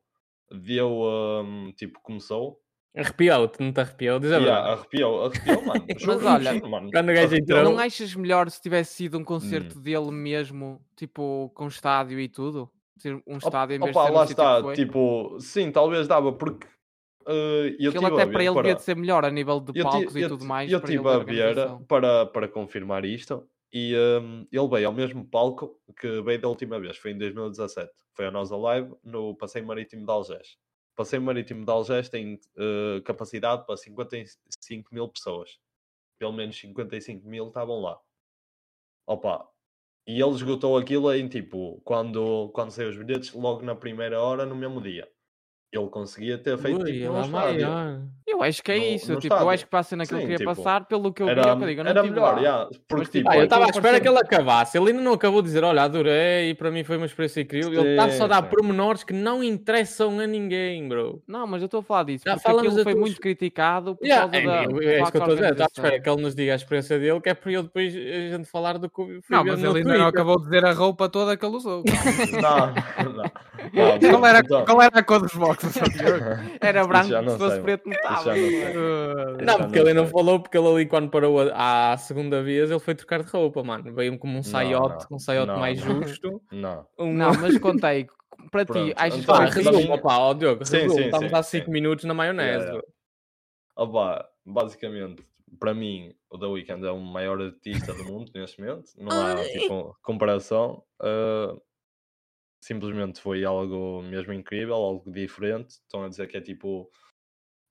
Speaker 4: deu, hum, tipo, começou,
Speaker 3: Arrepiou-te, não te arrepiou? Diz a
Speaker 4: yeah,
Speaker 3: verdade.
Speaker 4: arrepiou, arrepiou,
Speaker 2: <laughs>
Speaker 4: mano. Juro,
Speaker 2: é olha,
Speaker 4: juro, mano.
Speaker 3: Quando o gajo
Speaker 4: Arrepiou.
Speaker 3: entrou-
Speaker 2: Não achas melhor se tivesse sido um concerto
Speaker 4: Hum.
Speaker 2: dele mesmo, tipo, com estádio e tudo? Ter um
Speaker 4: Op-
Speaker 2: estádio em vez
Speaker 4: opá,
Speaker 2: de ser
Speaker 4: lá
Speaker 2: no sítio que
Speaker 4: está,
Speaker 2: foi?
Speaker 4: tipo, sim, talvez dava, porque eh, eu
Speaker 2: Porque ele
Speaker 4: tive
Speaker 2: até
Speaker 4: a ver,
Speaker 2: para ele
Speaker 4: para-
Speaker 2: devia de ser melhor a nível de
Speaker 4: ti-
Speaker 2: palcos e
Speaker 4: eu
Speaker 2: tudo
Speaker 4: ti-
Speaker 2: mais.
Speaker 4: Eu
Speaker 2: para ele
Speaker 4: estive a
Speaker 2: da
Speaker 4: ver
Speaker 2: organização.
Speaker 4: para, para confirmar isto e hum, ele veio ao mesmo palco que veio da última vez, foi em 2017. Foi a nossa live no Passeio Marítimo de Algés. passeio marítimo de Algés tem eh, capacidade para 55 mil pessoas. Pelo menos 55 mil estavam lá. Opa! E ele esgotou aquilo em tipo, quando, quando saiu os bilhetes, logo na primeira hora, no mesmo dia. Ele conseguia ter feito
Speaker 2: Ui,
Speaker 4: tipo,
Speaker 2: ele
Speaker 4: um
Speaker 2: é
Speaker 4: estádio.
Speaker 2: maior. Eu acho que é
Speaker 4: No-
Speaker 2: isso.
Speaker 4: no
Speaker 2: tipo, eu
Speaker 4: estádio.
Speaker 2: acho que passa naquilo
Speaker 4: Sim,
Speaker 2: que queria
Speaker 4: tipo,
Speaker 2: passar, pelo que eu vi, é o que eu digo. Eu
Speaker 4: Era,
Speaker 2: não
Speaker 4: era
Speaker 2: tive
Speaker 4: melhor,
Speaker 2: lá.
Speaker 4: yeah, porque
Speaker 2: Mas, tipo,
Speaker 4: tipo,
Speaker 3: Ah, eu estava à
Speaker 2: Pareceu-
Speaker 3: espera que ele acabasse. Ele ainda não acabou de dizer: Olha, adorei e para mim foi uma experiência incrível. Ele está só a dar
Speaker 4: Sim, sim.
Speaker 3: pormenores que não interessam a ninguém, bro.
Speaker 2: Não, mas eu estou a falar disso.
Speaker 3: Já
Speaker 2: Porque
Speaker 3: falamos
Speaker 2: aquilo
Speaker 3: da
Speaker 2: foi
Speaker 3: tua
Speaker 2: muito criticado por
Speaker 3: Yeah,
Speaker 2: causa
Speaker 3: é,
Speaker 2: da.
Speaker 3: é,
Speaker 2: do
Speaker 3: é isso que eu
Speaker 2: facto um
Speaker 3: estou a dizer. Eu estava à
Speaker 2: organização.
Speaker 3: espera que ele nos diga a experiência dele, que é para eu depois a gente falar do que eu fui
Speaker 5: Não,
Speaker 3: ver
Speaker 5: mas
Speaker 3: no
Speaker 5: ele ainda não
Speaker 3: Twitter.
Speaker 5: acabou de dizer a roupa toda que ele usou.
Speaker 4: Não, não. Ah,
Speaker 5: Qual era,
Speaker 4: então,
Speaker 5: qual era a cor dos boxes?
Speaker 2: Era
Speaker 4: Isso
Speaker 2: branco,
Speaker 4: já não
Speaker 2: se fosse
Speaker 4: sei,
Speaker 2: preto, não
Speaker 4: já
Speaker 2: estava.
Speaker 4: não sei.
Speaker 5: Ah,
Speaker 4: Já
Speaker 3: Não, porque ele não
Speaker 4: sei.
Speaker 3: falou, porque ele ali quando parou a- à segunda vez, ele foi trocar de roupa, mano. Veio-me como um saiote, um saiote
Speaker 4: não,
Speaker 3: mais
Speaker 4: não.
Speaker 3: justo.
Speaker 4: Não.
Speaker 3: Um...
Speaker 2: Não,
Speaker 3: <laughs>
Speaker 2: mas contei. Para ti,
Speaker 4: Pronto,
Speaker 2: achas que
Speaker 4: então,
Speaker 3: Pá,
Speaker 2: foi
Speaker 4: resumo.
Speaker 2: ridículo?
Speaker 3: resumo, pá, ó Diogo,
Speaker 4: Sim,
Speaker 3: resumo.
Speaker 4: sim,
Speaker 3: Estamos
Speaker 4: sim,
Speaker 3: há
Speaker 4: sim.
Speaker 3: 5 minutos na maionese,
Speaker 4: Yeah,
Speaker 3: bro.
Speaker 4: Opa, basicamente, para mim, o The Weeknd é o maior artista do mundo <laughs> neste momento. Não há tipo, comparação. Ah, simplesmente foi algo mesmo incrível, algo diferente. Estão a dizer que é tipo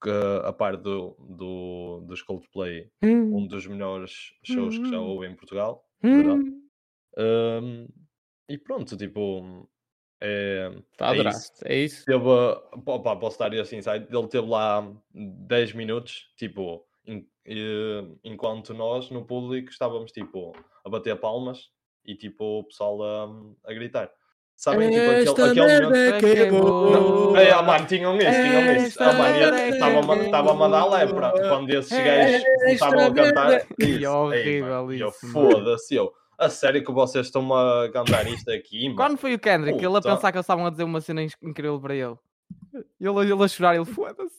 Speaker 4: que a par do, do, dos Coldplay, um dos melhores shows que já houve em Portugal. verdade. Ahm, e pronto, tipo, é,
Speaker 3: Tá,
Speaker 4: É isso.
Speaker 3: adoraste. É isso.
Speaker 4: teve, uh, pá, pá, posso dar esse insight, ele teve lá 10 minutos, tipo, en- eh, enquanto nós no público estávamos, tipo, a bater palmas e, tipo, o pessoal a, a gritar. Sabem, tipo, aquele, aquele momento...
Speaker 2: que é boa.
Speaker 4: É, ah, mano, tinham isso, tinham isso.
Speaker 2: Esta
Speaker 4: Ah, mano,
Speaker 2: merda
Speaker 4: eu-
Speaker 2: é
Speaker 4: estava-me estava-me a dar lepra quando esses gajos estavam a
Speaker 2: é
Speaker 4: cantar. disse, "Ei,
Speaker 5: horrível
Speaker 4: mano", e eu,
Speaker 5: isso, mano.
Speaker 4: Foda-se, eu. A sério que vocês estão a cantar isto aqui, mano?
Speaker 2: Quando foi o Kendrick, ele a
Speaker 3: então
Speaker 4: Puta.
Speaker 2: pensar que eles estavam a dizer uma cena in- incrível para ele. E Ele, ele a chorar, ele foda-se.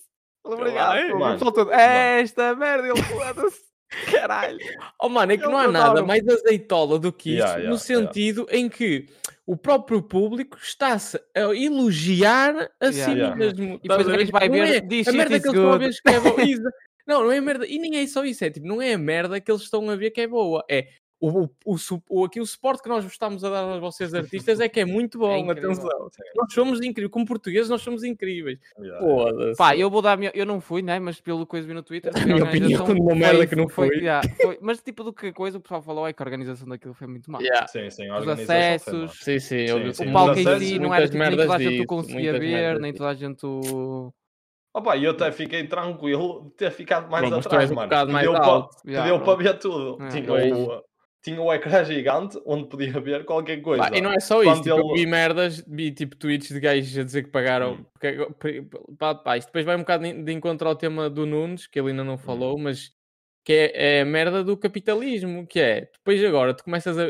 Speaker 2: Ele, Obrigado.
Speaker 4: ai,
Speaker 2: pô." E o
Speaker 4: mano.
Speaker 2: pessoal todo, esta merda, ele foda-se. Caralho.
Speaker 3: Oh, mano, é que
Speaker 2: Eu um
Speaker 3: não há
Speaker 2: não
Speaker 3: nada
Speaker 2: tava-
Speaker 3: mais azeitola do que isso,
Speaker 4: Yeah,
Speaker 3: no
Speaker 4: yeah, yeah.
Speaker 3: sentido em que o próprio público está-se a elogiar a si
Speaker 4: yeah.
Speaker 3: mesmo.
Speaker 2: E depois
Speaker 3: Estás
Speaker 2: o
Speaker 3: a
Speaker 2: gajo vai
Speaker 3: Não
Speaker 2: ver,
Speaker 3: é
Speaker 2: diz
Speaker 3: a
Speaker 2: shit
Speaker 3: merda
Speaker 2: is
Speaker 3: que eles estão a
Speaker 2: good.
Speaker 3: ver que
Speaker 2: <laughs>
Speaker 3: é boa. Isa- Não, não é merda. E nem é só isso. É tipo, não é a merda que eles estão a ver que é boa. É o, o, o, su- o- aqui o suporte que nós estamos a dar aos vocês artistas é que
Speaker 2: <laughs>
Speaker 3: é muito bom.
Speaker 2: incrível.
Speaker 3: atenção. Nós somos incríveis. Como portugueses, nós somos incríveis.
Speaker 4: Yeah.
Speaker 3: Foda-se.
Speaker 2: Pá, eu vou dar a minha. Eu não fui, né? Mas pelo que eu vi no Twitter. a
Speaker 3: minha opinião
Speaker 2: organização
Speaker 3: de uma merda que não
Speaker 2: Foi,
Speaker 3: foi.
Speaker 2: yeah, foi- Mas tipo, do que coisa o pessoal falou é que a organização daquilo foi muito má.
Speaker 3: Yeah.
Speaker 4: Sim, sim, a
Speaker 2: Os
Speaker 4: organização foi má.
Speaker 2: acessos,
Speaker 3: Sim, sim. eu
Speaker 4: Sim,
Speaker 3: vi-
Speaker 4: sim.
Speaker 2: o
Speaker 4: Os
Speaker 2: palco em si
Speaker 4: acessos,
Speaker 2: não era
Speaker 3: muitas
Speaker 2: tipo, nem toda a
Speaker 3: merdas
Speaker 2: gente o
Speaker 3: disso,
Speaker 2: conseguia
Speaker 3: muitas
Speaker 2: ver,
Speaker 3: merdas
Speaker 2: nem toda a gente o.
Speaker 4: Opa, eu até fiquei tranquilo de ter ficado mais
Speaker 3: Bom, mas tu
Speaker 4: atrás,
Speaker 3: és um
Speaker 4: mano.
Speaker 3: bocado
Speaker 4: Que
Speaker 3: mais
Speaker 4: deu
Speaker 3: alto. Ah,
Speaker 4: para,
Speaker 2: Yeah,
Speaker 4: deu para
Speaker 2: pronto.
Speaker 4: ver tudo.
Speaker 2: Yeah.
Speaker 4: Tinha,
Speaker 3: Pois.
Speaker 4: o, tinha o ecrã gigante onde podia ver qualquer coisa.
Speaker 3: Pá, e não é só
Speaker 4: Quando
Speaker 3: isso, tipo, eu
Speaker 4: ele-
Speaker 3: vi merdas, vi tipo tweets de gajos a dizer que pagaram.
Speaker 4: Hum.
Speaker 3: porque- porque- pá, pá, isto depois vai um bocado de encontrar ao tema do Nunes, que ele ainda
Speaker 4: Hum.
Speaker 3: não falou, mas que é, é a merda do capitalismo, que é depois agora tu começas a.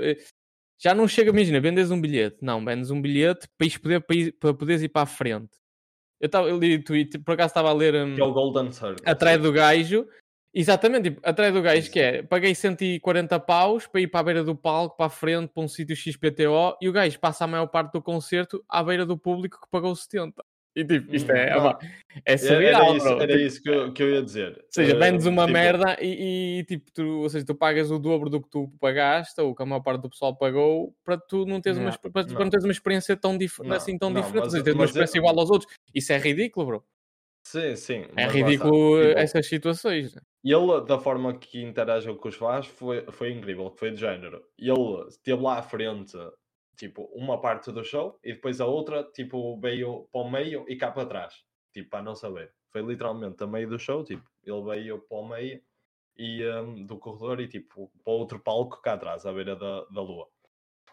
Speaker 3: Já não chega, imagina, vendes um bilhete. Não, vendes um bilhete para, isto poder, para, ir- para poderes ir para a frente. Eu, estava eu li o tweet, por acaso estava a ler. hum,
Speaker 4: Que é o Golden Circle.
Speaker 3: atrás do gajo. Exatamente, tipo, atrás do gajo que é, paguei 140 paus para ir para a beira do palco, para a frente, para um sítio XPTO, e o gajo passa a maior parte do concerto à beira do público que pagou 70. E tipo, isto é,
Speaker 4: Não.
Speaker 3: opá, é
Speaker 4: Hum, Era,
Speaker 3: surreal,
Speaker 4: isso,
Speaker 3: bro.
Speaker 4: era
Speaker 3: Tipo,
Speaker 4: isso que eu, que eu ia dizer.
Speaker 3: ou seja,
Speaker 4: Eh,
Speaker 3: vendes uma
Speaker 4: tipo,
Speaker 3: merda e, e, tipo, tu, ou seja, tu pagas o dobro do que tu pagaste, ou que a maior parte do pessoal pagou, para tu não teres, uma,
Speaker 2: Não,
Speaker 3: exp- para, tu- para
Speaker 4: não.
Speaker 3: não teres uma experiência tão dif
Speaker 4: Não,
Speaker 3: assim tão
Speaker 4: não,
Speaker 3: diferente, ou
Speaker 4: mas-
Speaker 3: seja, teres uma
Speaker 4: mas eu-
Speaker 3: experiência igual aos outros. Isso é ridículo, bro.
Speaker 4: Sim, sim.
Speaker 3: É
Speaker 4: mas lá
Speaker 3: ridículo
Speaker 4: está, tipo,
Speaker 3: essas situações. né?
Speaker 4: E ele, da forma que interagiu com os fãs, foi, foi incrível, que foi de género. Ele esteve lá à frente, tipo, uma parte do show, e depois a outra, tipo, veio para o meio e cá para trás. Tipo, para não saber. Foi literalmente a meio do show, tipo, ele veio para o meio e hum, do corredor e, tipo, para outro palco cá atrás, à beira da, da lua.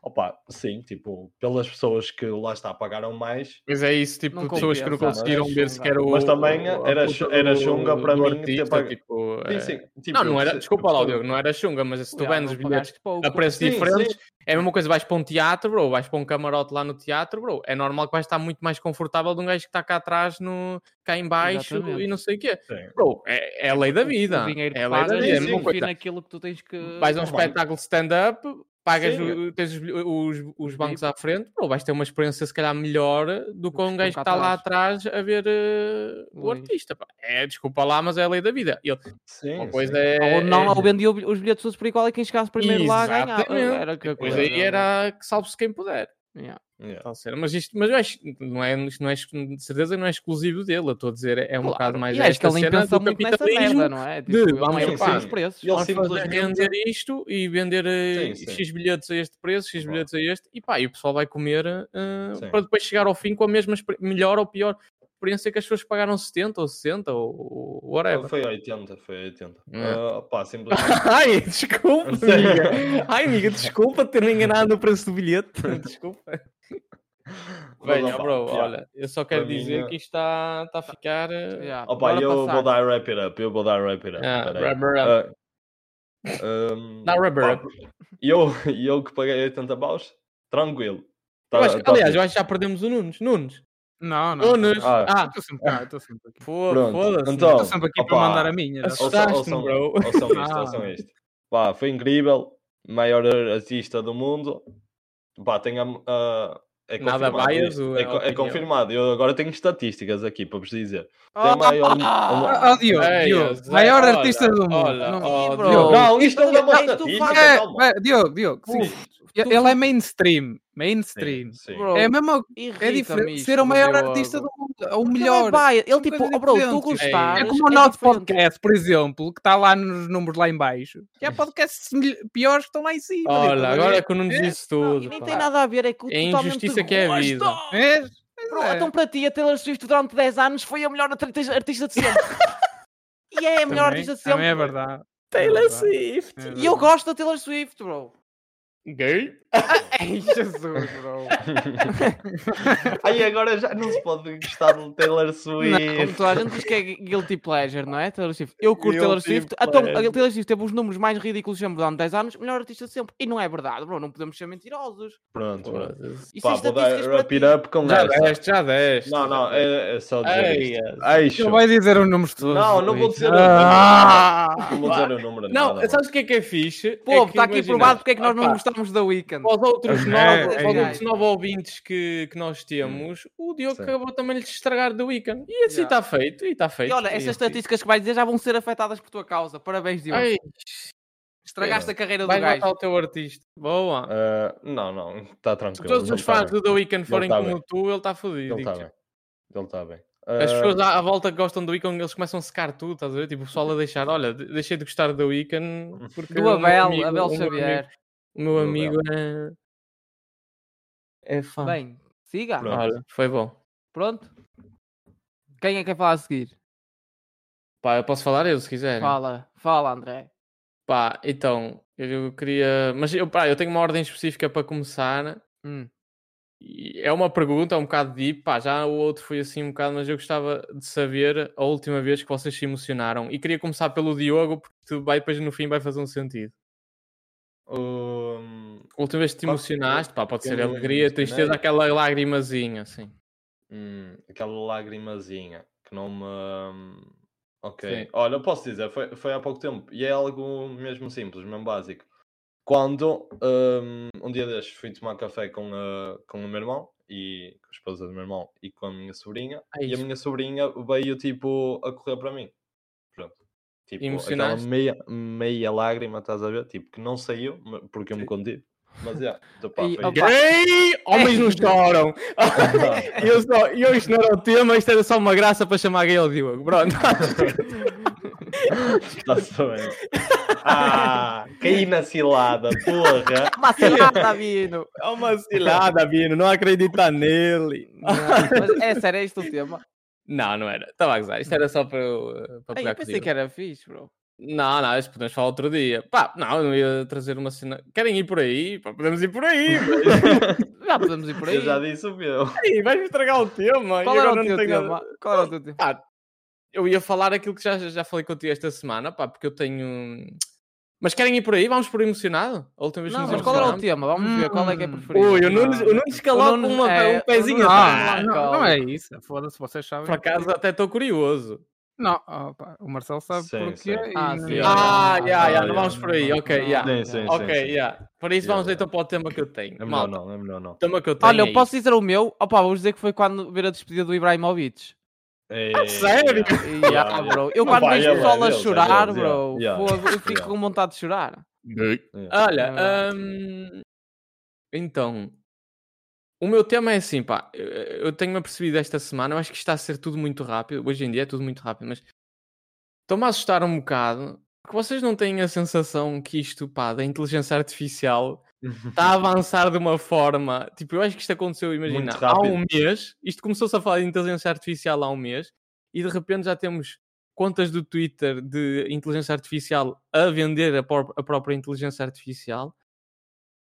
Speaker 4: Opa, sim, tipo, pelas pessoas que lá está pagaram mais,
Speaker 3: Mas é isso, tipo,
Speaker 2: Não é
Speaker 3: pessoas que não
Speaker 2: compensa,
Speaker 3: conseguiram
Speaker 2: mas-
Speaker 3: ver sequer o.
Speaker 4: Mas também
Speaker 3: a
Speaker 4: era
Speaker 3: puta
Speaker 4: chu- era
Speaker 3: do-
Speaker 4: chunga para
Speaker 3: do
Speaker 4: mim ter
Speaker 3: Artista,
Speaker 4: pago-
Speaker 3: tipo,
Speaker 4: Sim,
Speaker 3: é-
Speaker 4: sim, tipo,
Speaker 3: não,
Speaker 4: eu
Speaker 3: não era.
Speaker 4: perce-
Speaker 3: Desculpa lá,
Speaker 4: eu
Speaker 3: Diogo, não era chunga, mas se tu
Speaker 2: Yeah,
Speaker 3: vendes
Speaker 2: não
Speaker 3: os bilhetes
Speaker 2: pagaste pouco.
Speaker 3: a preços
Speaker 4: Sim, sim.
Speaker 3: diferentes, é a mesma coisa. Vais para um teatro, bro, vais para um camarote lá no teatro, bro. É normal que vais estar muito mais confortável de um gajo que está cá atrás, no, cá em baixo
Speaker 2: Exatamente.
Speaker 3: e não sei o quê.
Speaker 4: percebo. Sim.
Speaker 3: Bro, é, é a lei da vida.
Speaker 2: O dinheiro que
Speaker 3: É a lei da
Speaker 2: pagas
Speaker 3: vida. É a mesma
Speaker 4: sim, sim.
Speaker 2: investir
Speaker 3: coisa.
Speaker 2: naquilo que tu tens que.
Speaker 3: Vais a um
Speaker 4: Oh, mano.
Speaker 3: espetáculo de stand-up, pagas
Speaker 4: Sim.
Speaker 3: o- tens os, bil- os, os bancos à frente, pô, vais ter uma experiência se calhar melhor do que
Speaker 2: que
Speaker 3: um
Speaker 2: se
Speaker 3: gajo que
Speaker 2: tu cá
Speaker 3: está lá atrás a ver eh, o
Speaker 2: Luís.
Speaker 3: artista. pá. É, desculpa lá, mas é a lei da vida. Ele,
Speaker 4: Sim,
Speaker 3: uma coisa
Speaker 4: sim.
Speaker 3: é.
Speaker 2: Ou não, ou vendia os bilhetes todos por igual e quem chegasse primeiro lá ganhava.
Speaker 3: Exatamente.
Speaker 2: Era que a
Speaker 3: Pois é,
Speaker 2: coisa
Speaker 3: aí era que salve-se quem puder.
Speaker 2: Yeah.
Speaker 3: E
Speaker 4: Yeah.
Speaker 3: Pode ser. Mas, isto, mas eu acho que não é, isto não é, ex- de certeza que não é exclusivo dele. Eu estou a dizer, é um
Speaker 2: Claro,
Speaker 3: bocado mais
Speaker 2: e acho que
Speaker 3: esta
Speaker 2: ele nem
Speaker 3: cena
Speaker 2: pensou
Speaker 3: do
Speaker 2: muito nessa
Speaker 3: capitalismo.
Speaker 2: merda, não é?
Speaker 3: de-
Speaker 2: Tipo, ele
Speaker 3: vamos
Speaker 2: não é
Speaker 4: pensar.
Speaker 2: os preços.
Speaker 4: Ele
Speaker 3: Nós
Speaker 2: <laughs>
Speaker 3: vamos
Speaker 4: simplesmente.
Speaker 3: vender isto e vender eh,
Speaker 4: Sim, sim.
Speaker 3: X bilhetes a este preço, X
Speaker 4: Claro.
Speaker 3: bilhetes a este, e pá, e o pessoal vai comer eh,
Speaker 4: Sim.
Speaker 3: para depois chegar ao fim com a mesma, exper- melhor ou pior experiência que as pessoas pagaram 70 ou 60 ou ou
Speaker 4: <laughs>
Speaker 3: whatever.
Speaker 4: Foi 80, foi 80.
Speaker 3: Yeah. <laughs>
Speaker 4: Ah, opá, simplesmente. é-
Speaker 3: Ai, desculpa,
Speaker 4: Sim.
Speaker 3: amiga. Ai, amiga, desculpa ter me enganado no preço do bilhete. <laughs> <laughs>
Speaker 4: <laughs>
Speaker 3: Desculpa.
Speaker 4: Mas,
Speaker 3: Velho,
Speaker 4: opá,
Speaker 3: bro,
Speaker 4: yeah.
Speaker 3: olha, eu só quero
Speaker 4: Para mim, Tá.
Speaker 3: dizer
Speaker 4: é-
Speaker 3: que isto está está a ficar. eh,
Speaker 2: Yeah,
Speaker 4: Opa,
Speaker 2: bora
Speaker 4: eu
Speaker 2: passar.
Speaker 4: vou dar wrap it up, eu vou dar wrap it up.
Speaker 3: Ah,
Speaker 4: peraí.
Speaker 3: wrap it
Speaker 4: Ah, tá, ahm,
Speaker 3: Dá wrap it
Speaker 4: pá,
Speaker 3: up.
Speaker 4: um, E eu, e eu que paguei 80 baus, tranquilo. Tá-
Speaker 3: eu acho que-
Speaker 4: tá
Speaker 3: aliás,
Speaker 4: fixe.
Speaker 3: eu acho que já perdemos o Nunes. Nunes.
Speaker 5: Não, não.
Speaker 3: Nunes.
Speaker 4: Ah,
Speaker 3: Ah,
Speaker 5: Estou sempre cá, estou sempre aqui.
Speaker 3: fo-
Speaker 4: Pronto,
Speaker 3: foda-se.
Speaker 4: então-
Speaker 5: Estou sempre aqui para
Speaker 4: Opa.
Speaker 5: mandar a minha. é? já
Speaker 3: Assusta-
Speaker 5: sabes.
Speaker 4: ouçam,
Speaker 3: Assustaste-me, bro.
Speaker 4: ouçam, ouçam isto,
Speaker 3: <laughs>
Speaker 5: Ah.
Speaker 4: ouçam isto. Pá, foi incrível. Maior artista do mundo. Pá, tenho a. a- é
Speaker 3: Nada
Speaker 4: confirmado
Speaker 3: bias,
Speaker 4: isto.
Speaker 3: o-
Speaker 4: é,
Speaker 3: a
Speaker 4: co- é
Speaker 3: opinião.
Speaker 4: confirmado. Eu agora tenho estatísticas aqui para vos dizer. Tem
Speaker 2: Oh,
Speaker 4: maior-
Speaker 5: Ah, ah, Diogo,
Speaker 3: Ei,
Speaker 5: Diogo,
Speaker 3: Zé,
Speaker 5: maior
Speaker 3: olha,
Speaker 5: artista do mundo.
Speaker 3: olha,
Speaker 5: Não-
Speaker 3: ó,
Speaker 2: bro.
Speaker 3: Diogo.
Speaker 4: Não, isto não é uma
Speaker 2: Isto- isto
Speaker 4: estatística,
Speaker 2: faz-
Speaker 5: É,
Speaker 4: calma.
Speaker 5: é, Diogo, Diogo, sim. ele é mainstream, mainstream.
Speaker 4: Sim, sim.
Speaker 2: Bro,
Speaker 5: É mesmo, é
Speaker 2: irrita-me
Speaker 5: diferente
Speaker 2: isto
Speaker 5: ser o
Speaker 2: do
Speaker 5: maior
Speaker 2: Diogo.
Speaker 5: artista do mundo, é o
Speaker 2: Porque ele é
Speaker 5: melhor.
Speaker 2: bias. Ele, tipo,
Speaker 5: coisas
Speaker 2: oh, bro, tu
Speaker 5: diferentes.
Speaker 2: gostares.
Speaker 5: É como o nosso
Speaker 2: diferente.
Speaker 5: podcast, por exemplo, que está lá nos números lá em baixo. Que há podcasts simil- piores que estão lá em cima.
Speaker 3: Olha,
Speaker 5: estás a
Speaker 3: agora
Speaker 5: ver?
Speaker 3: que o Nunes
Speaker 5: É,
Speaker 3: disse
Speaker 2: Não,
Speaker 3: tudo.
Speaker 2: e nem
Speaker 3: pá.
Speaker 2: tem nada a ver, é que
Speaker 3: É a
Speaker 2: totalmente
Speaker 3: injustiça que é a vida.
Speaker 2: gosto.
Speaker 5: Vês?
Speaker 2: Bro,
Speaker 5: É.
Speaker 2: então para ti, a Taylor Swift durante 10 anos foi a melhor arti- artista de sempre. e é a melhor
Speaker 5: Também-
Speaker 2: artista de sempre.
Speaker 5: Também é verdade.
Speaker 3: Taylor
Speaker 5: É verdade.
Speaker 3: Swift.
Speaker 5: É
Speaker 2: E eu
Speaker 5: verdade.
Speaker 2: gosto da Taylor Swift, bro.
Speaker 3: Gay?
Speaker 2: Ai, Jesus, bro.
Speaker 4: Aí agora já não se pode gostar de
Speaker 3: <laughs>
Speaker 4: Taylor
Speaker 2: Como
Speaker 4: Swift.
Speaker 2: toda a gente diz que é gu- guilty pleasure, não é? Taylor Swift. Eu curto
Speaker 3: Guilty
Speaker 2: Taylor Swift. Então,
Speaker 3: pleasure.
Speaker 2: a Taylor Swift teve os números mais ridículos sempre durante 10 anos, melhor artista de sempre. E não é verdade, bro. Não podemos ser mentirosos.
Speaker 4: Pronto, pronto.
Speaker 2: Isso
Speaker 4: Pá,
Speaker 2: é
Speaker 4: vou dar
Speaker 2: estatísticas para
Speaker 4: wrap
Speaker 2: ti.
Speaker 4: it up com
Speaker 3: Já
Speaker 4: esta.
Speaker 3: deste, já deste.
Speaker 4: Não, não, é, é só dizer
Speaker 3: Ei, assim
Speaker 4: isto.
Speaker 3: yes.
Speaker 4: Eixo.
Speaker 5: Não vai dizer os números todos.
Speaker 4: Não, não vou
Speaker 5: Luís.
Speaker 4: dizer o
Speaker 5: Ah!
Speaker 4: número. Não vou dizer o número.
Speaker 3: Não,
Speaker 4: nada.
Speaker 3: sabes o que é que é fixe?
Speaker 2: Pô,
Speaker 3: é que
Speaker 2: está aqui
Speaker 3: imagina-
Speaker 2: provado porque é que nós
Speaker 3: Ah,
Speaker 2: não
Speaker 3: pá,
Speaker 2: gostamos da Weekend.
Speaker 3: Para os outros
Speaker 2: <laughs>
Speaker 5: É,
Speaker 3: nove,
Speaker 5: é
Speaker 3: para os outros
Speaker 2: isso.
Speaker 3: nove ouvintes que, que nós temos, o Diogo
Speaker 4: Hum. Sim.
Speaker 3: acabou também de lhes estragar do weekend. E assim
Speaker 2: Yeah.
Speaker 3: está feito, e está feito.
Speaker 2: E olha,
Speaker 3: e
Speaker 2: essas
Speaker 3: assim.
Speaker 2: estatísticas que vais dizer já vão ser afetadas por tua causa. Parabéns, Diogo.
Speaker 3: Ai,
Speaker 2: Estragaste a carreira do
Speaker 3: vai matar
Speaker 2: gajo.
Speaker 3: o teu artista. Boa.
Speaker 4: Ah, não, não, está tranquilo.
Speaker 3: Se todos
Speaker 4: ele
Speaker 3: os
Speaker 4: tá
Speaker 3: fãs
Speaker 4: bem,
Speaker 3: do The Weeknd forem
Speaker 4: tá
Speaker 3: como
Speaker 4: bem.
Speaker 3: tu, ele está fodido.
Speaker 4: Ele está
Speaker 3: digo-te.
Speaker 4: bem. Ele está bem.
Speaker 3: As
Speaker 4: Ah,
Speaker 3: pessoas à, à volta que gostam do Weeknd, eles começam a secar tudo, estás a ver? Tipo, o pessoal a deixar, olha, de- deixei de gostar do Weeknd
Speaker 4: <laughs>
Speaker 3: porque.
Speaker 2: Do
Speaker 3: o meu
Speaker 2: Abel,
Speaker 3: amigo-
Speaker 2: Abel
Speaker 3: o meu
Speaker 2: Xavier.
Speaker 3: amigo- O meu
Speaker 4: Do
Speaker 3: amigo é. É fã.
Speaker 2: Bem, siga.
Speaker 4: Pronto.
Speaker 3: Olha, foi bom.
Speaker 2: Pronto. Quem é que quer falar a seguir?
Speaker 3: Pá, eu posso falar eu se quiser.
Speaker 2: Fala, fala, André.
Speaker 3: Pá, então, eu queria. Mas eu, pá, eu tenho uma ordem específica para começar.
Speaker 2: Hum.
Speaker 3: E É uma pergunta, é um bocado deep. Pá, já o outro foi assim um bocado, mas eu gostava de saber a última vez que vocês se emocionaram. E queria começar pelo Diogo, porque tu vai depois no fim vai fazer um sentido.
Speaker 4: Ah, hum,
Speaker 3: A última vez que te
Speaker 4: Posso-
Speaker 3: emocionaste, pá, pode
Speaker 4: eu
Speaker 3: ser
Speaker 4: me
Speaker 3: alegria,
Speaker 4: emocionei.
Speaker 3: tristeza, aquela lagrimazinha, assim.
Speaker 4: hum, aquela lagrimazinha que não me. hum, Ok.
Speaker 3: Sim.
Speaker 4: Olha, eu posso dizer, foi, foi há pouco tempo. E é algo mesmo simples, mesmo básico. Quando hum, um, dia destes fui tomar café com, a- com o meu irmão e com a esposa do meu irmão e com a minha sobrinha.
Speaker 3: Ai,
Speaker 4: E a minha sobrinha veio tipo a correr para mim. Pronto. Tipo, aquela
Speaker 3: Emocionaste?
Speaker 4: meia, meia lágrima, estás a ver? Tipo, que não saiu ma- porque eu me contive. Mas é, então, pá,
Speaker 2: E,
Speaker 3: <laughs>
Speaker 4: foi-
Speaker 2: opa,
Speaker 3: Gay! Homens não choram! eu, só, eu isto não era o tema, isto era só uma graça para chamar gay ao Diogo. Pronto.
Speaker 4: Está-se Tá bem. Ah, caí na cilada, porra.
Speaker 2: Uma cilada, Vino!
Speaker 3: É uma cilada, Bino, não acredita nele.
Speaker 2: Não, Mas é sério, é este o <laughs> tema?
Speaker 3: Não, não era. Estava a gozar. Isto era só para eu, eh,
Speaker 2: Ei,
Speaker 3: para pegar
Speaker 2: eu pensei
Speaker 3: comigo.
Speaker 2: que era fixe, bro.
Speaker 3: Não, não, isto podemos falar outro dia. Pá, não, eu não ia trazer uma cena. Querem ir por aí? Pá, podemos ir por aí.
Speaker 2: Já podemos ir por aí.
Speaker 4: Eu já disse o meu.
Speaker 3: vai. Vais-me estragar é o tema.
Speaker 2: Qual
Speaker 3: e
Speaker 2: era
Speaker 3: agora
Speaker 2: o
Speaker 3: não
Speaker 2: teu
Speaker 3: tenho
Speaker 2: tema?
Speaker 3: nada-
Speaker 2: Qual era o teu tema?
Speaker 3: Eu ia falar aquilo que já, já falei contigo esta semana, pá, porque eu tenho. Mas querem ir por aí? Vamos por emocionado? A última vez que
Speaker 2: Não,
Speaker 3: nos
Speaker 2: mas qual era o
Speaker 3: emocionámos.
Speaker 2: tema? Vamos ver qual é que é
Speaker 5: Hum.
Speaker 2: preferido.
Speaker 3: Ui, o Nunes, o Nunes calou com
Speaker 2: Nunes-
Speaker 3: uma-
Speaker 2: é,
Speaker 3: um
Speaker 2: o
Speaker 3: pezinho
Speaker 2: Nunes-
Speaker 3: atrás.
Speaker 2: Ah,
Speaker 5: não,
Speaker 2: calma.
Speaker 5: não é isso. Foda-se, vocês sabem.
Speaker 3: Por acaso até estou curioso.
Speaker 5: Não, oh, pá, o Marcelo sabe
Speaker 4: Sim,
Speaker 5: porquê.
Speaker 4: sim.
Speaker 5: e
Speaker 2: Ah,
Speaker 5: não- é
Speaker 2: sim.
Speaker 3: Ah,
Speaker 2: Ah,
Speaker 3: já, já,
Speaker 4: ah,
Speaker 3: não vamos por aí. Ok, já.
Speaker 4: Sim, sim,
Speaker 3: Ok,
Speaker 4: sim, sim.
Speaker 3: yeah. Para isso
Speaker 4: Yeah,
Speaker 3: vamos
Speaker 4: yeah.
Speaker 3: então para o tema que eu tenho.
Speaker 4: É
Speaker 3: Malta,
Speaker 4: melhor não, é melhor não.
Speaker 3: o tema que eu tenho.
Speaker 2: Olha,
Speaker 3: é
Speaker 2: eu posso dizer o meu? Opa, vou dizer que foi quando ver a despedida do Ibrahimovic.
Speaker 4: É,
Speaker 3: Ah, sério?
Speaker 4: yeah.
Speaker 2: Yeah,
Speaker 4: yeah.
Speaker 2: ah, bro. Eu
Speaker 4: Não,
Speaker 2: quando
Speaker 4: pá,
Speaker 2: vejo
Speaker 4: é
Speaker 2: o pessoal
Speaker 4: bué
Speaker 2: a
Speaker 4: deles, é
Speaker 2: chorar,
Speaker 4: deles,
Speaker 2: bro,
Speaker 4: yeah, yeah,
Speaker 2: fogo, eu fico
Speaker 4: yeah.
Speaker 2: com vontade de chorar.
Speaker 4: É,
Speaker 3: isto. Olha,
Speaker 2: É verdade.
Speaker 3: hum, então, O meu tema é assim, pá. Eu- Eu tenho-me apercebido esta semana, eu acho que está a ser tudo muito rápido. Hoje em dia é tudo muito rápido, mas estou-me a assustar um bocado. Porque vocês não têm a sensação que isto, pá, da inteligência artificial está
Speaker 4: <laughs>
Speaker 3: a avançar de uma forma. Tipo, eu acho que isto aconteceu, imagina,
Speaker 4: Muito
Speaker 3: há
Speaker 4: rápido.
Speaker 3: um mês. Isto começou-se a falar de inteligência artificial há um mês e de repente já temos contas do Twitter de inteligência artificial a vender a, por- a própria inteligência artificial.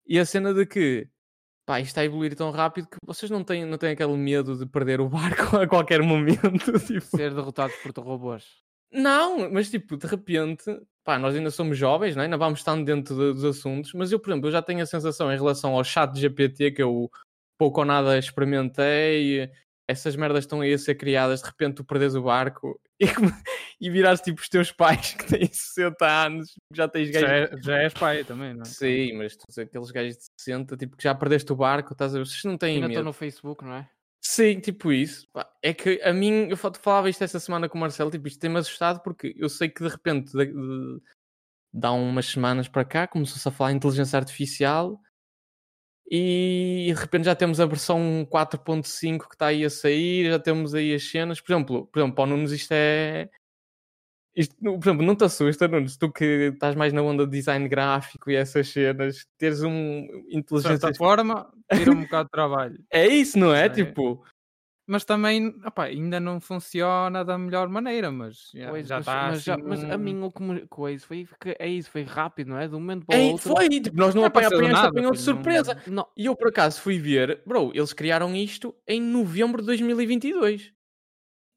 Speaker 3: E a cena de que pá, isto está a evoluir tão rápido que vocês não têm, não têm aquele medo de perder o barco <laughs> a qualquer momento. tipo.
Speaker 2: Ser derrotados por robôs.
Speaker 3: Não, mas tipo, de repente, pá, nós ainda somos jovens, não é? ainda vamos estando dentro de- dos assuntos, mas eu, por exemplo, eu já tenho a sensação em relação ao chat GPT que eu pouco ou nada experimentei, essas merdas estão aí a ser criadas, de repente tu perdes o barco <laughs> e, come- e virares tipo os teus pais <laughs> que têm 60 anos, já tens
Speaker 5: Já,
Speaker 3: gajos
Speaker 5: é- já és pai também, não é?
Speaker 3: Sim, mas tu, aqueles gajos de 60, tipo, que já perdeste o barco, estás a ver? Vocês não têm
Speaker 2: Ainda estou
Speaker 3: medo.
Speaker 2: no Facebook, não é?
Speaker 3: Sim, tipo isso. Pá, É que a mim, eu fa- falava isto esta semana com o Marcelo, tipo, isto tem-me assustado porque eu sei que de repente, da- de- dá umas semanas para cá, começou-se a falar em inteligência artificial e de repente já temos a versão 4.5 que está aí a sair, já temos aí as cenas. Por exemplo, por exemplo para o Nunes isto é... Isto, não- por exemplo, não te assusta, Nunes, tu que estás mais na onda de design gráfico e essas cenas, teres um
Speaker 5: De
Speaker 3: inteligência
Speaker 5: certa forma, tira um bocado de trabalho.
Speaker 3: É isso, não é?
Speaker 5: tá Sim.
Speaker 3: Tipo...
Speaker 5: Mas também, opá, ainda não funciona da melhor maneira, mas já,
Speaker 2: Pois,
Speaker 5: já
Speaker 3: tá
Speaker 2: mas,
Speaker 5: está
Speaker 2: mas, já- mas
Speaker 5: assim
Speaker 2: a
Speaker 5: um-
Speaker 2: mim o que me coisa foi que é isso, foi rápido, não é? De um momento para o
Speaker 3: Ei,
Speaker 2: outro.
Speaker 3: foi, tipo, nós não
Speaker 5: Não apareceu do
Speaker 3: apanhamos,
Speaker 5: nada,
Speaker 3: apanhou de
Speaker 5: foi, não-
Speaker 3: surpresa.
Speaker 2: Não,
Speaker 3: E eu por acaso fui ver, bro, eles criaram isto em novembro de 2022.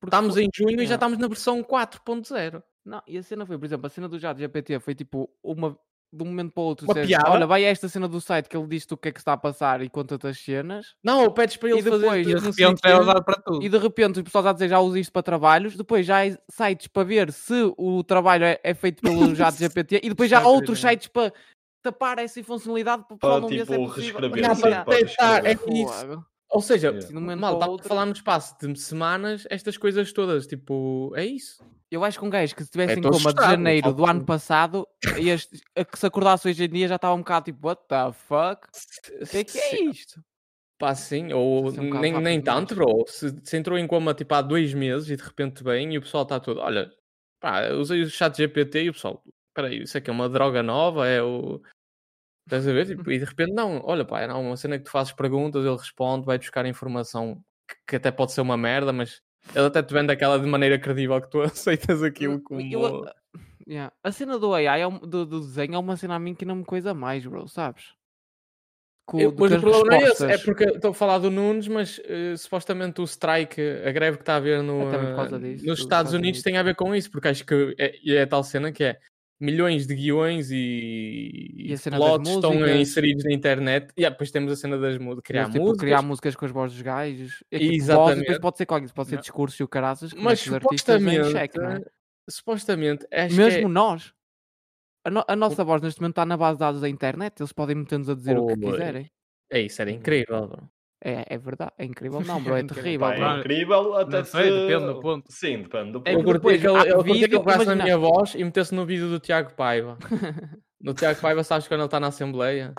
Speaker 2: porque
Speaker 3: Estamos
Speaker 2: foi-
Speaker 3: em junho e já
Speaker 2: Tá, Yeah.
Speaker 3: estamos na versão 4.0.
Speaker 2: Não, e a cena foi, por exemplo, a cena do Jato GPT foi tipo uma de um momento para o outro.
Speaker 3: Uma
Speaker 2: disseste,
Speaker 3: piada?
Speaker 2: Olha, vai a esta cena do site que ele diz-te o que é que está a passar e conta-te as cenas.
Speaker 3: Não, eu pedes para ele
Speaker 2: depois,
Speaker 3: fazer.
Speaker 2: e
Speaker 5: E
Speaker 3: tudo,
Speaker 5: de
Speaker 3: não sei o
Speaker 5: repente
Speaker 3: quê.
Speaker 5: é usado para tudo.
Speaker 2: E de repente o pessoal já dizer já usa isto para trabalhos, depois já há sites para ver se o trabalho é, é feito
Speaker 3: <laughs>
Speaker 2: pelo Jato GPT e depois já há
Speaker 5: Chato,
Speaker 2: outros
Speaker 3: né?
Speaker 5: irmão.
Speaker 2: sites para tapar essa funcionalidade para o pessoal
Speaker 4: Para
Speaker 2: não ver se
Speaker 4: tipo
Speaker 2: é possível.
Speaker 4: reescrever.
Speaker 3: Não,
Speaker 4: sim,
Speaker 3: para
Speaker 4: para
Speaker 3: tentar,
Speaker 4: reescrever.
Speaker 3: é isso.
Speaker 2: Fogo.
Speaker 3: Ou seja,
Speaker 4: Yeah.
Speaker 2: De um momento para o
Speaker 3: mal, estamos a
Speaker 2: outro.
Speaker 3: falar no espaço de semanas estas coisas todas. Tipo, é isso.
Speaker 2: Eu acho que um gajo que se tivesse em
Speaker 3: tô
Speaker 2: coma de
Speaker 3: assustado,
Speaker 2: janeiro do
Speaker 3: falo-te.
Speaker 2: ano passado, este, a que se acordasse hoje em dia já estava um bocado tipo, what the fuck? O que é que é isto?
Speaker 3: Eh, Pá, sim, ou
Speaker 2: Isso é um bocado
Speaker 3: nem, nem
Speaker 2: rápido demais.
Speaker 3: tanto, bro. Se, se entrou em coma tipo há dois meses e de repente bem e o pessoal está todo, olha, pá, eu usei o chat GPT e o pessoal, peraí, isso é que é uma droga nova, é o. Estás a ver?
Speaker 2: <laughs>
Speaker 3: Tipo, e de repente, não, olha, pá, não, uma cena que tu fazes perguntas, ele responde, vai buscar informação que, que até pode ser uma merda, mas ele até te vende aquela de maneira credível que tu <laughs> aceitas aquilo como.
Speaker 2: Eu- Yeah. A cena do AI, é um- do, do desenho, é uma cena a mim que não me coisa mais, bro, sabes? Com,
Speaker 3: Eu-
Speaker 2: do
Speaker 3: mas
Speaker 2: que
Speaker 3: o
Speaker 2: as
Speaker 3: problema não é esse, é
Speaker 2: tipo, respostas.
Speaker 3: porque estou a falar do Nunes, mas eh, supostamente o strike, a greve que está a haver no,
Speaker 2: É também por causa
Speaker 3: eh,
Speaker 2: disso,
Speaker 3: nos
Speaker 2: dos
Speaker 3: Estados
Speaker 2: Estados
Speaker 3: Unidos,
Speaker 2: Unidos.
Speaker 3: tem a ver com isso, porque acho que é, e é tal cena que é milhões de guiões e,
Speaker 2: E a cena das
Speaker 3: plots estão
Speaker 2: músicas.
Speaker 3: inseridos na internet. E ah, depois temos a cena das músicas, criar
Speaker 2: Mas, tipo,
Speaker 3: músicas.
Speaker 2: criar músicas com as vozes dos gajos. É tipo voz e depois
Speaker 3: Exatamente.
Speaker 2: pode ser cógnito, pode ser
Speaker 5: Não.
Speaker 2: discurso e o caraças. é que
Speaker 3: mas
Speaker 2: mete os artistas em
Speaker 3: supostamente,
Speaker 2: xeque, não é?
Speaker 3: supostamente, acho que é- Hum.
Speaker 2: Mesmo nós. A, no- a nossa voz neste momento está na base de dados da internet. Eles podem meter-nos a dizer o que
Speaker 3: Pois.
Speaker 2: quiserem.
Speaker 3: é, isso, era incrível. bro.
Speaker 2: É, é verdade, é incrível. Não,
Speaker 3: <laughs>
Speaker 2: bro, é
Speaker 5: Incrível.
Speaker 2: terrível.
Speaker 4: Pá,
Speaker 2: bro.
Speaker 4: é incrível até
Speaker 5: Não sei,
Speaker 4: se-
Speaker 5: depende do ponto.
Speaker 4: Sim, depende do
Speaker 2: É que
Speaker 3: eu
Speaker 4: ponto.
Speaker 3: curti
Speaker 2: depois
Speaker 3: que ele,
Speaker 2: há
Speaker 3: ele curtia que
Speaker 2: vídeo,
Speaker 3: ele pegasse na
Speaker 2: imagina.
Speaker 3: minha voz e metesse no vídeo do Tiago
Speaker 2: <laughs>
Speaker 3: Paiva. no Tiago Paiva, sabes quando ele está na Assembleia?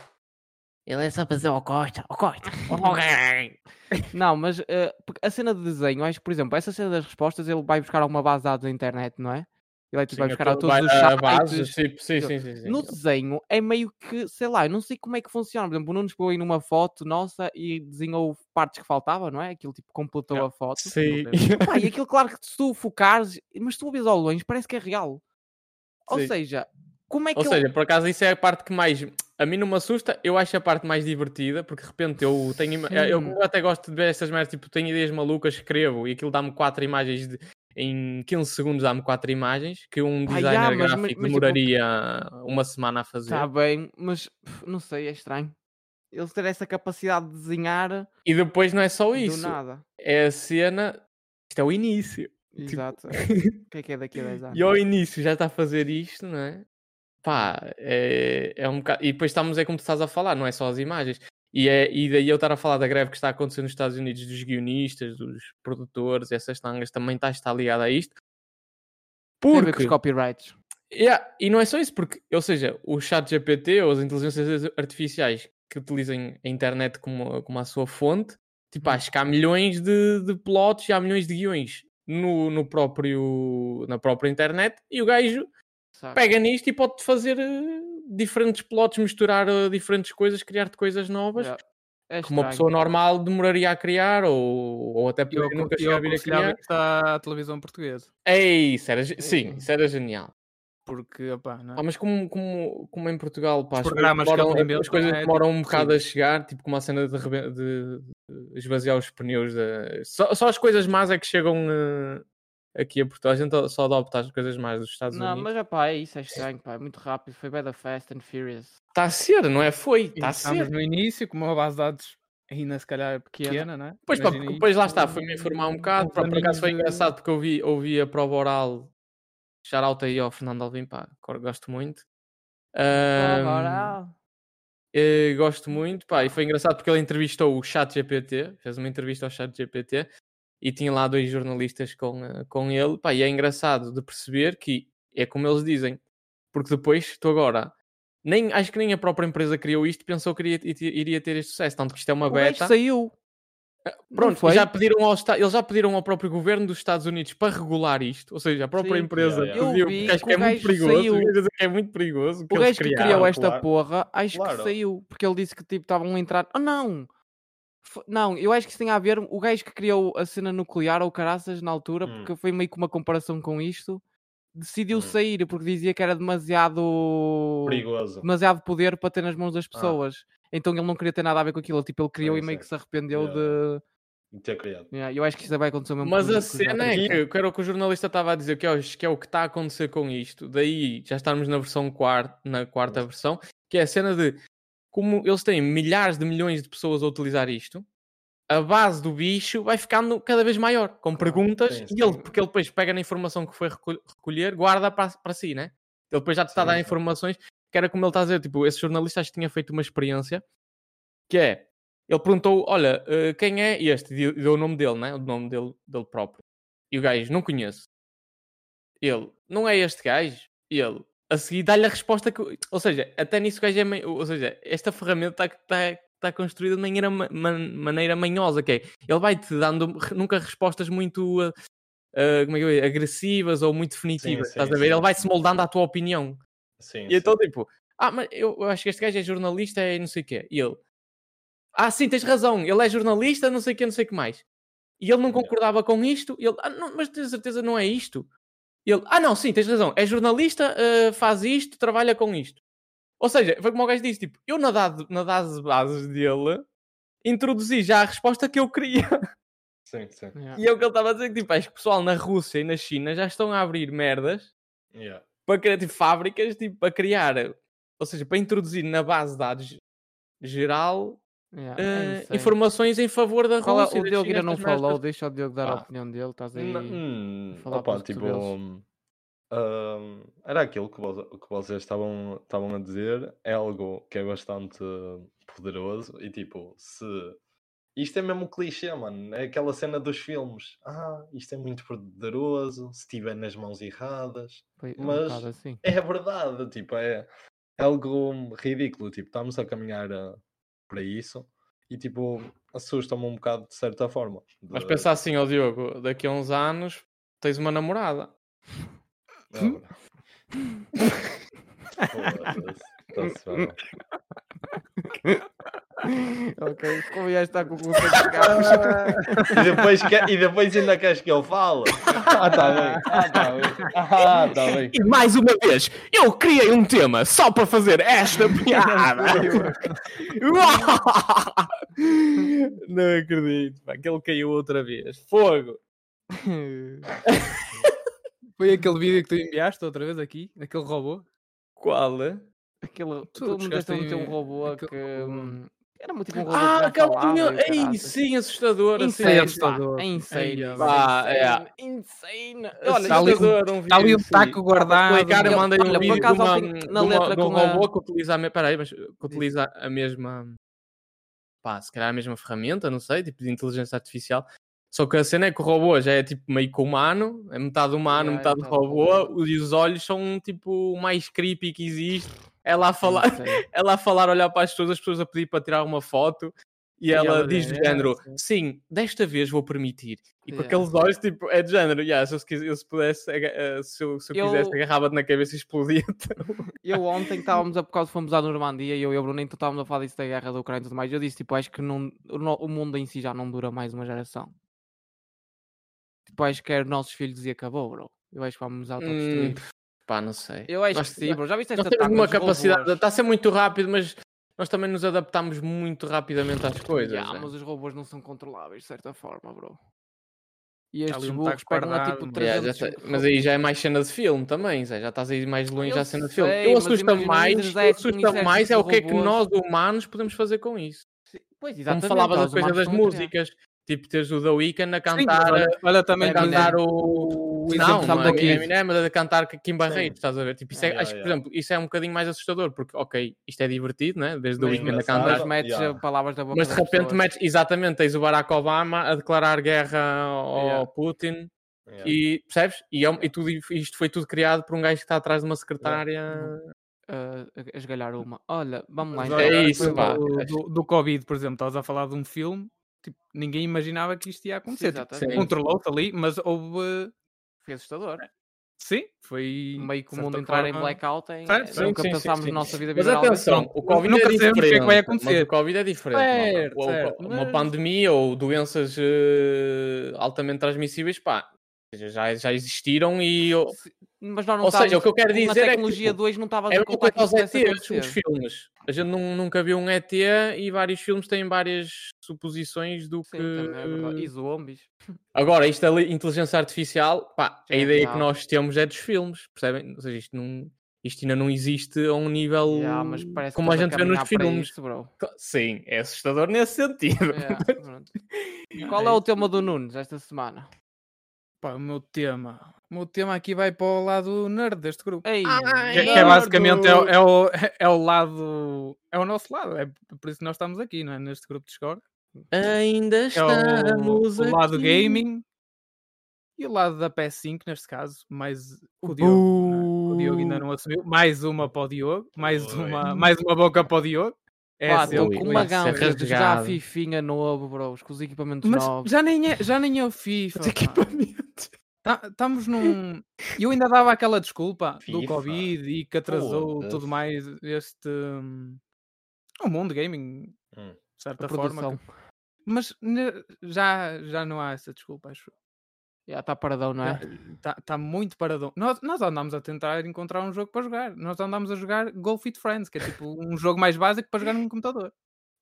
Speaker 1: Ele é só fazer o Costa, o Costa.
Speaker 2: <laughs> Não, mas eh, porque a cena de desenho, acho que, por exemplo, essa cena das respostas, ele vai buscar alguma base de dados da internet, não é? Ele é, tipo, vai
Speaker 3: Sim,
Speaker 2: buscar
Speaker 3: aquele
Speaker 2: a todos
Speaker 3: vai-
Speaker 2: os
Speaker 3: a
Speaker 2: sites.
Speaker 3: base, tipo, sim,
Speaker 2: eu-
Speaker 3: sim, sim, sim.
Speaker 2: No desenho é meio que, sei lá, eu não sei como é que funciona. Por exemplo, o Nunes pegou aí numa foto nossa e desenhou partes que faltavam, não é? Aquilo tipo completou a foto.
Speaker 3: Ah, Sim.
Speaker 2: Pá, e aquilo, claro que se tu focares, mas tu o vês ao longe, parece que é real. Ou
Speaker 3: Sim.
Speaker 2: seja, como é que
Speaker 3: Ou
Speaker 2: ele-
Speaker 3: seja, por acaso isso é a parte que mais a mim não me assusta, eu acho a parte mais divertida, porque de repente eu tenho ima- eu
Speaker 2: Sim.
Speaker 3: eu até gosto de ver estas merdas, tipo, tenho ideias malucas, escrevo e aquilo dá-me quatro imagens de- em 15 segundos dá-me quatro imagens que um
Speaker 2: Pá,
Speaker 3: designer
Speaker 2: já, mas- mas-
Speaker 3: gráfico
Speaker 2: mas, tipo,
Speaker 3: demoraria uma semana a fazer.
Speaker 2: Está tá bem, mas pff, não sei, é estranho. Ele ter essa capacidade de desenhar
Speaker 3: E depois não é só
Speaker 2: do
Speaker 3: isso,
Speaker 2: nada.
Speaker 3: é a cena, isto é o início. <laughs>
Speaker 2: Exato. O que é que é daqui a 10 anos?
Speaker 3: E ao início já está a fazer isto, não é? Pá, é, é um bocado. E depois estamos, é como tu estás a falar, não é só as imagens. E, é, e daí eu estar a falar da greve que está acontecendo nos Estados Unidos dos guionistas, dos produtores, essas tangas, também está, está ligada a isto.
Speaker 2: Tem a ver com
Speaker 3: Porque.
Speaker 2: os copyrights.
Speaker 3: Yeah, e não é só isso, porque, ou seja, o chat GPT ou as inteligências artificiais que utilizem a internet como, como a sua fonte. Tipo, acho que há milhões de, de plots e há milhões de guiões no, no próprio, na própria internet e o gajo
Speaker 2: Saca.
Speaker 3: pega nisto e pode fazer eh, diferentes plots, misturar eh, diferentes coisas, criar-te coisas novas
Speaker 2: Yeah. É
Speaker 3: que uma
Speaker 2: estranho.
Speaker 3: pessoa normal demoraria a criar ou, ou até
Speaker 5: Eu,
Speaker 3: poderia nunca
Speaker 5: eu
Speaker 3: chegar a vir a
Speaker 5: aconselhava
Speaker 3: criar.
Speaker 5: isto à televisão portuguesa.
Speaker 3: É isso, era, ge- sim, isso era genial.
Speaker 5: Porque, opá, não é?
Speaker 3: Ah, mas como, como, como em Portugal, pá,
Speaker 5: Os
Speaker 3: as coisas
Speaker 5: programas que
Speaker 3: demoram,
Speaker 5: eles inventam,
Speaker 3: as coisas
Speaker 5: é,
Speaker 3: demoram
Speaker 5: tipo,
Speaker 3: um bocado a chegar, tipo como a cena de, rebe- de- de esvaziar os pneus. da- Só, só as coisas más é que chegam eh, aqui a Portugal. A gente só adopta as coisas más dos Estados
Speaker 2: Não,
Speaker 3: Unidos.
Speaker 2: mas rapá, é isso, é estranho, pá, é muito rápido. Foi bad Fast and Furious.
Speaker 3: Está a ser, não é? Foi,
Speaker 5: E
Speaker 3: está a
Speaker 5: estamos
Speaker 3: ser.
Speaker 5: no início, com uma base de dados ainda se calhar pequena, não é?
Speaker 3: Pois, pá,
Speaker 5: Imagina
Speaker 3: porque
Speaker 5: aí,
Speaker 3: depois lá está, fui-me informar um bocado. pá, por acaso foi
Speaker 5: anos, eh,
Speaker 3: engraçado porque eu vi, ouvi a prova oral. Shoutout aí ao Fernando Alvim, pá, que eu gosto muito. Ahm,
Speaker 2: Agora, ah,
Speaker 3: eh, gosto muito, pá, e foi engraçado porque ele entrevistou o ChatGPT, fez uma entrevista ao ChatGPT e tinha lá dois jornalistas com, eh, com ele, pá, e é engraçado de perceber que é como eles dizem, porque depois, tu agora, nem, acho que nem a própria empresa criou isto, pensou que iria, i- iria ter este sucesso, tanto que isto é uma
Speaker 2: o gajo
Speaker 3: beta.
Speaker 2: saiu.
Speaker 3: Pronto,
Speaker 2: foi?
Speaker 3: e já pediram ao, Esta- eles já pediram ao próprio governo dos Estados Unidos para regular isto, ou seja, a própria
Speaker 2: Sim.
Speaker 3: empresa
Speaker 4: Yeah,
Speaker 2: yeah.
Speaker 3: pediu,
Speaker 2: Eu vi
Speaker 3: porque acho
Speaker 2: que
Speaker 3: que é
Speaker 2: o
Speaker 3: muito
Speaker 2: gajo
Speaker 3: perigoso, <laughs>
Speaker 2: saiu.
Speaker 3: eu ia dizer que é muito perigoso, que
Speaker 2: O
Speaker 3: eles
Speaker 2: gajo que
Speaker 3: criaram.
Speaker 2: criou esta
Speaker 4: claro.
Speaker 2: porra, acho
Speaker 4: Claro.
Speaker 2: que saiu. Porque ele disse que tipo, estavam a entrar. Oh, não! Fo- Não, eu acho que isso tem a ver. O gajo que criou a cena nuclear ou caraças na altura,
Speaker 4: Hum.
Speaker 2: porque foi meio que uma comparação com isto, decidiu
Speaker 4: Hum.
Speaker 2: sair porque dizia que era demasiado.
Speaker 4: Perigoso.
Speaker 2: demasiado poder para ter nas mãos das pessoas. Então ele não queria ter nada a ver com aquilo. Tipo, ele criou e
Speaker 4: isso
Speaker 2: meio
Speaker 4: Ah. é.
Speaker 2: que se arrependeu
Speaker 4: Yeah,
Speaker 2: de.
Speaker 4: De ter criado.
Speaker 2: Yeah, eu acho que isso vai acontecer mesmo.
Speaker 3: Mas
Speaker 2: com- com
Speaker 3: a
Speaker 2: os
Speaker 3: cena
Speaker 2: atores.
Speaker 3: é que, que era o que o jornalista estava a dizer, que é, os- que é o que está a acontecer com isto. Daí já estamos na versão quarta, na quarta versão, que é a cena de como eles têm milhares de milhões de pessoas a utilizar isto, a base do bicho vai ficando cada vez maior, com perguntas,
Speaker 4: Ah, sim,
Speaker 3: e ele,
Speaker 4: sim.
Speaker 3: porque ele depois pega na informação que foi recolh- recolher, guarda para, para si, né? Ele depois já te está a
Speaker 4: Sim,
Speaker 3: dar
Speaker 4: sim.
Speaker 3: informações, que era como ele está a dizer, tipo, esse jornalista acho que tinha feito uma experiência, que é, ele perguntou, olha, eh, quem é este? E deu o nome dele, né? O nome dele, dele próprio. E o gajo, não conheço. Ele, não é este gajo? E ele, a seguir dá-lhe a resposta que. Ou seja, até nisso o gajo é. mei- Ou seja, esta ferramenta está tá, tá construída de maneira, ma- man- maneira manhosa, que é. Ele vai-te dando re- nunca respostas muito. ah, ah, como é que eu ia dizer? agressivas ou muito definitivas,
Speaker 4: sim,
Speaker 3: estás a ver?
Speaker 4: sim.
Speaker 3: Ele vai se moldando à tua opinião.
Speaker 4: Sim,
Speaker 3: E então, tipo, ah, mas eu, eu acho que este gajo é jornalista e não sei o quê. E ele, ah, sim, tens razão, ele é jornalista, não sei o quê, não sei o que mais. E ele não
Speaker 4: Yeah.
Speaker 3: concordava com isto. E ele, ah, não, mas tens certeza não é isto? E ele, ah, não, sim, tens razão, é jornalista, eh, faz isto, trabalha com isto. Ou seja, foi como o gajo disse, tipo, eu na dado- na dado de bases dele introduzi já a resposta que eu queria. <laughs>
Speaker 4: sim, sim.
Speaker 2: Yeah.
Speaker 3: E é o que ele estava a dizer, que, tipo, acho que o pessoal na Rússia e na China já estão a abrir merdas
Speaker 4: Yeah.
Speaker 3: para criar tipo, fábricas tipo, para criar, ou seja, para introduzir na base de dados geral
Speaker 2: Yeah,
Speaker 3: eh,
Speaker 2: é insane.
Speaker 3: informações em favor da
Speaker 2: Qual é-
Speaker 3: Rússia.
Speaker 2: o
Speaker 3: da
Speaker 2: Diogo
Speaker 3: China,
Speaker 2: ainda não
Speaker 3: estas merdas
Speaker 2: falou,
Speaker 3: todas.
Speaker 2: deixa o Diogo dar a
Speaker 4: Ah.
Speaker 2: opinião dele, estás aí.
Speaker 4: N- hum,
Speaker 2: falar
Speaker 4: opa,
Speaker 2: com os
Speaker 4: tipo,
Speaker 2: portugueses.
Speaker 4: hum, hum, era aquilo que, vo- que vocês estavam, estavam a dizer, é algo que é bastante poderoso e tipo, se isto é mesmo clichê, mano, é aquela cena dos filmes, ah, isto é muito poderoso, se estiver nas mãos erradas,
Speaker 2: Foi um
Speaker 4: mas-
Speaker 2: bocado assim.
Speaker 4: é verdade, tipo, é, é algo ridículo, tipo, estamos a caminhar ah, para isso e tipo, assusta-me um bocado de certa forma.
Speaker 3: Mas
Speaker 4: de-
Speaker 3: pensar assim, ó Diogo, daqui a uns anos tens
Speaker 2: <laughs>
Speaker 3: uma namorada. <laughs> Oh,
Speaker 4: Não. Foda-se,
Speaker 3: Tá
Speaker 4: tá-se bem.
Speaker 2: <laughs> ok, como já está <laughs> com o conceito de carros.
Speaker 4: e, depois que- e depois ainda queres que eu fale? Ah, tá bem. Ah, tá bem. Ah, tá bem.
Speaker 3: E mais uma vez, eu criei um tema só para fazer esta piada. Não acredito, pá, que ele caiu outra vez. Fogo!
Speaker 5: Foi aquele vídeo que tu enviaste outra vez aqui, daquele robô.
Speaker 3: Qual? é?
Speaker 2: Aquilo,
Speaker 5: Tu
Speaker 2: todo mundo
Speaker 5: chegaste
Speaker 2: achou ter
Speaker 5: aí,
Speaker 2: um robô
Speaker 5: aquele
Speaker 2: que.
Speaker 5: robô.
Speaker 2: hum, Era muito tipo um robô. que
Speaker 3: Ah,
Speaker 2: já
Speaker 3: aquela
Speaker 2: falava
Speaker 3: tinha.
Speaker 2: e o
Speaker 3: Ei,
Speaker 2: caraças.
Speaker 3: sim, assim. assustadora. sim,
Speaker 5: Insane.
Speaker 3: sim.
Speaker 5: assustador.
Speaker 2: É insane.
Speaker 5: Ai,
Speaker 3: pá,
Speaker 2: é. Insane. Olha, <laughs>
Speaker 5: Está ali um-
Speaker 3: assustador, um
Speaker 5: Está ali
Speaker 3: vídeo,
Speaker 5: um
Speaker 3: sim.
Speaker 5: taco guardado.
Speaker 3: Explicar, eu
Speaker 2: Ele-
Speaker 3: mandei
Speaker 2: olha,
Speaker 3: um
Speaker 2: por
Speaker 3: vídeo
Speaker 2: acaso
Speaker 3: de uma,
Speaker 2: ele
Speaker 5: hum,
Speaker 2: tem- na
Speaker 3: de uma-
Speaker 2: letra
Speaker 3: de um
Speaker 2: com a-
Speaker 3: robô que utiliza a mesma... Peraí, mas que utiliza a mesma... Pá, se calhar a mesma ferramenta, não sei, tipo de inteligência artificial. Só que a cena é que o robô já é tipo meio que humano, é metade humano,
Speaker 2: Yeah, é
Speaker 3: metade
Speaker 2: metade
Speaker 3: robô,
Speaker 2: robô.
Speaker 3: e os olhos são tipo o mais creepy que existe. Ela a
Speaker 2: Não
Speaker 3: falar,
Speaker 2: sei.
Speaker 3: ela a falar, olhar para as pessoas, as pessoas a pedir para tirar uma foto e, ela,
Speaker 5: ela
Speaker 3: diz
Speaker 5: diz,
Speaker 3: do
Speaker 5: "É,
Speaker 3: género, sim, desta vez vou permitir. E com
Speaker 2: Yeah.
Speaker 3: aqueles olhos, tipo, é de género, yeah, se eu, se quis- eu se pudesse, aga- eh, se eu, se eu
Speaker 2: Eu-
Speaker 3: quisesse, agarrava-te na cabeça e explodia.
Speaker 2: Eu ontem estávamos a por causa fomos à Normandia e eu e o Bruno então estávamos a falar disso da guerra da Ucrânia e tudo mais. Eu disse tipo, acho que não, o, no- o mundo em si já não dura mais uma geração. Tipo, acho que é os nossos filhos e acabou, bro. Eu acho que vamos autodestruir.
Speaker 3: Pá, não sei.
Speaker 2: eu acho
Speaker 3: nós-
Speaker 2: que sim, bro. Já viste
Speaker 3: Hum, Nós
Speaker 2: esta
Speaker 3: temos
Speaker 2: tarde
Speaker 3: uma
Speaker 2: nos Gold
Speaker 3: capacidade,
Speaker 2: Wars?
Speaker 3: está a ser muito rápido, mas nós também nos adaptamos muito rapidamente às coisas.
Speaker 2: Yeah,
Speaker 3: né?
Speaker 2: mas os robôs não são controláveis de certa forma, bro. E
Speaker 5: Tá
Speaker 2: estes
Speaker 5: ali um
Speaker 2: burros
Speaker 5: taco
Speaker 2: pegam a
Speaker 5: guardado,
Speaker 2: tipo
Speaker 5: mano.
Speaker 3: Yeah, já
Speaker 2: 300
Speaker 3: sei. Mas aí já é mais cena de filme também, Zé. já estás aí mais longe
Speaker 2: Ah, Eu
Speaker 3: da cena de filme.
Speaker 2: sei,
Speaker 3: eu
Speaker 2: mas
Speaker 3: assusta
Speaker 2: imagina um
Speaker 3: mais,
Speaker 2: exército-
Speaker 3: eu assusta
Speaker 2: um exército
Speaker 3: mais é
Speaker 2: de
Speaker 3: o que é que
Speaker 2: robôs.
Speaker 3: nós humanos podemos fazer com isso.
Speaker 2: Pois,
Speaker 3: Como
Speaker 2: exatamente.
Speaker 3: falavas
Speaker 2: ó,
Speaker 3: a
Speaker 2: os
Speaker 3: coisa
Speaker 2: humanos
Speaker 3: das
Speaker 2: estão a criar.
Speaker 3: músicas, tipo teres o The Weeknd a
Speaker 5: Sim,
Speaker 3: cantar,
Speaker 5: olha, olha
Speaker 3: a,
Speaker 5: também
Speaker 3: cantar
Speaker 5: cantar o.
Speaker 3: o
Speaker 2: Sim,
Speaker 3: não,
Speaker 2: sim,
Speaker 3: não,
Speaker 2: Sam da
Speaker 3: é
Speaker 2: Kid.
Speaker 3: Eminem, mas a cantar Kim Barreiros, estás a ver? Tipo, isso é,
Speaker 4: Yeah,
Speaker 3: acho, que, por
Speaker 4: yeah.
Speaker 3: exemplo, isso é um bocadinho mais assustador, porque ok, isto é divertido, né? Desde o
Speaker 4: Mas
Speaker 3: Weeknd a
Speaker 4: engraçado.
Speaker 3: cantar.
Speaker 2: Mas metes
Speaker 4: Yeah.
Speaker 2: eh, palavras da boca
Speaker 3: Mas de
Speaker 2: das
Speaker 3: repente
Speaker 2: pessoas.
Speaker 3: metes, exatamente, tens o Barack Obama a declarar guerra ao
Speaker 2: Yeah.
Speaker 3: Putin
Speaker 4: Yeah.
Speaker 3: e percebes? E, é um- e tudo, isto foi tudo criado por um gajo que está atrás de uma secretária.
Speaker 2: Ah, a- a esgalhar uma. Olha, vamos lá.
Speaker 4: Mas
Speaker 2: então.
Speaker 4: olha,
Speaker 2: Agora
Speaker 3: É isso,
Speaker 2: foi
Speaker 3: pá.
Speaker 2: lá.
Speaker 5: do, do- do Covid, por exemplo, estavas a falar de um filme, tipo, ninguém imaginava que isto ia acontecer. tipo,
Speaker 2: exatamente.
Speaker 5: Controlou-te ali, mas houve.
Speaker 2: Foi um assustador.
Speaker 5: Sim, foi.
Speaker 2: Meio que o
Speaker 5: de
Speaker 2: mundo
Speaker 5: certa
Speaker 2: entrar em
Speaker 5: forma-
Speaker 2: blackout em,
Speaker 5: Certo, sim,
Speaker 2: nunca
Speaker 3: sim, sim,
Speaker 2: pensámos
Speaker 3: sim.
Speaker 2: na nossa vida
Speaker 3: Mas
Speaker 2: viral.
Speaker 3: atenção, o Covid
Speaker 5: nunca
Speaker 3: é
Speaker 5: sabemos
Speaker 3: diferente.
Speaker 5: o que é que vai
Speaker 3: Mas
Speaker 5: acontecer.
Speaker 3: o Covid é diferente.
Speaker 5: Certo,
Speaker 3: malta. O-
Speaker 5: certo,
Speaker 3: uma
Speaker 5: mas-
Speaker 3: pandemia ou doenças eh, altamente transmissíveis, pá, já, já existiram e eu-
Speaker 2: Mas nós não
Speaker 3: Ou
Speaker 2: estávamos-
Speaker 3: seja, o que eu quero
Speaker 2: com a
Speaker 3: dizer é que,
Speaker 2: tecnologia
Speaker 3: tipo,
Speaker 2: 2 não estava a
Speaker 3: é a mesma coisa
Speaker 2: contar que
Speaker 3: aos
Speaker 2: isso pudesse
Speaker 3: ETs, os
Speaker 2: acontecer.
Speaker 3: filmes. A gente nun- nunca viu um ET e vários filmes têm várias suposições do
Speaker 2: Sim,
Speaker 3: que.
Speaker 2: também é verdade. E zombies.
Speaker 3: Agora, isto da li- inteligência artificial, pá,
Speaker 2: Já
Speaker 3: a
Speaker 2: é
Speaker 3: ideia
Speaker 2: real.
Speaker 3: que nós temos é dos filmes, percebem? Ou seja, isto, não, isto ainda não existe a um nível
Speaker 2: Já, mas parece que
Speaker 3: Hum, como a
Speaker 2: estamos
Speaker 3: gente vê nos
Speaker 2: caminhar para
Speaker 3: filmes.
Speaker 2: isso,
Speaker 3: <laughs>
Speaker 2: bro.
Speaker 3: Co- Sim, é assustador nesse sentido.
Speaker 2: Já, pronto. Qual <laughs> é o tema do Nunes esta semana?
Speaker 5: Pá, o meu tema. O meu tema aqui vai para o lado nerd deste grupo.
Speaker 2: Ei,
Speaker 5: Que, que é
Speaker 2: nerd.
Speaker 5: basicamente é, o- é o, <laughs> é o lado. É o nosso lado. É por isso que nós estamos aqui, não é? Neste grupo de Discord.
Speaker 1: Ainda
Speaker 5: Que é o,
Speaker 1: estamos
Speaker 5: o lado
Speaker 1: aqui.
Speaker 5: gaming e o lado da PS5, neste caso, mais o Diogo.
Speaker 2: Ah,
Speaker 5: não é? O Diogo ainda não assumiu. Mais uma para o Diogo, mais,
Speaker 4: Oi.
Speaker 5: uma, mais uma boca para o Diogo. É
Speaker 2: Pá,
Speaker 5: seu,
Speaker 2: estou com
Speaker 5: Luís.
Speaker 2: uma
Speaker 3: Isso é
Speaker 2: ganha de jogar
Speaker 3: rasgado.
Speaker 2: fifinha novo, bros, com os equipamentos
Speaker 5: Mas
Speaker 2: novos.
Speaker 5: já nem, é, já nem é o FIFA. Tá,
Speaker 3: Os equipamentos.
Speaker 5: Estamos num. Eu ainda dava aquela desculpa do
Speaker 4: FIFA.
Speaker 5: Covid e que atrasou tudo
Speaker 4: Foda-se.
Speaker 5: mais este. hum, O mundo gaming,
Speaker 4: Hum.
Speaker 5: de certa
Speaker 2: A
Speaker 5: forma.
Speaker 2: produção.
Speaker 5: que- Mas ne- já, já não há essa desculpa, acho
Speaker 2: Já está paradão, não é?
Speaker 5: Está tá muito paradão. Nós, nós andámos a tentar encontrar um jogo para jogar. Nós andámos a jogar Golf It Friends, que é tipo <laughs> um jogo mais básico para jogar num computador.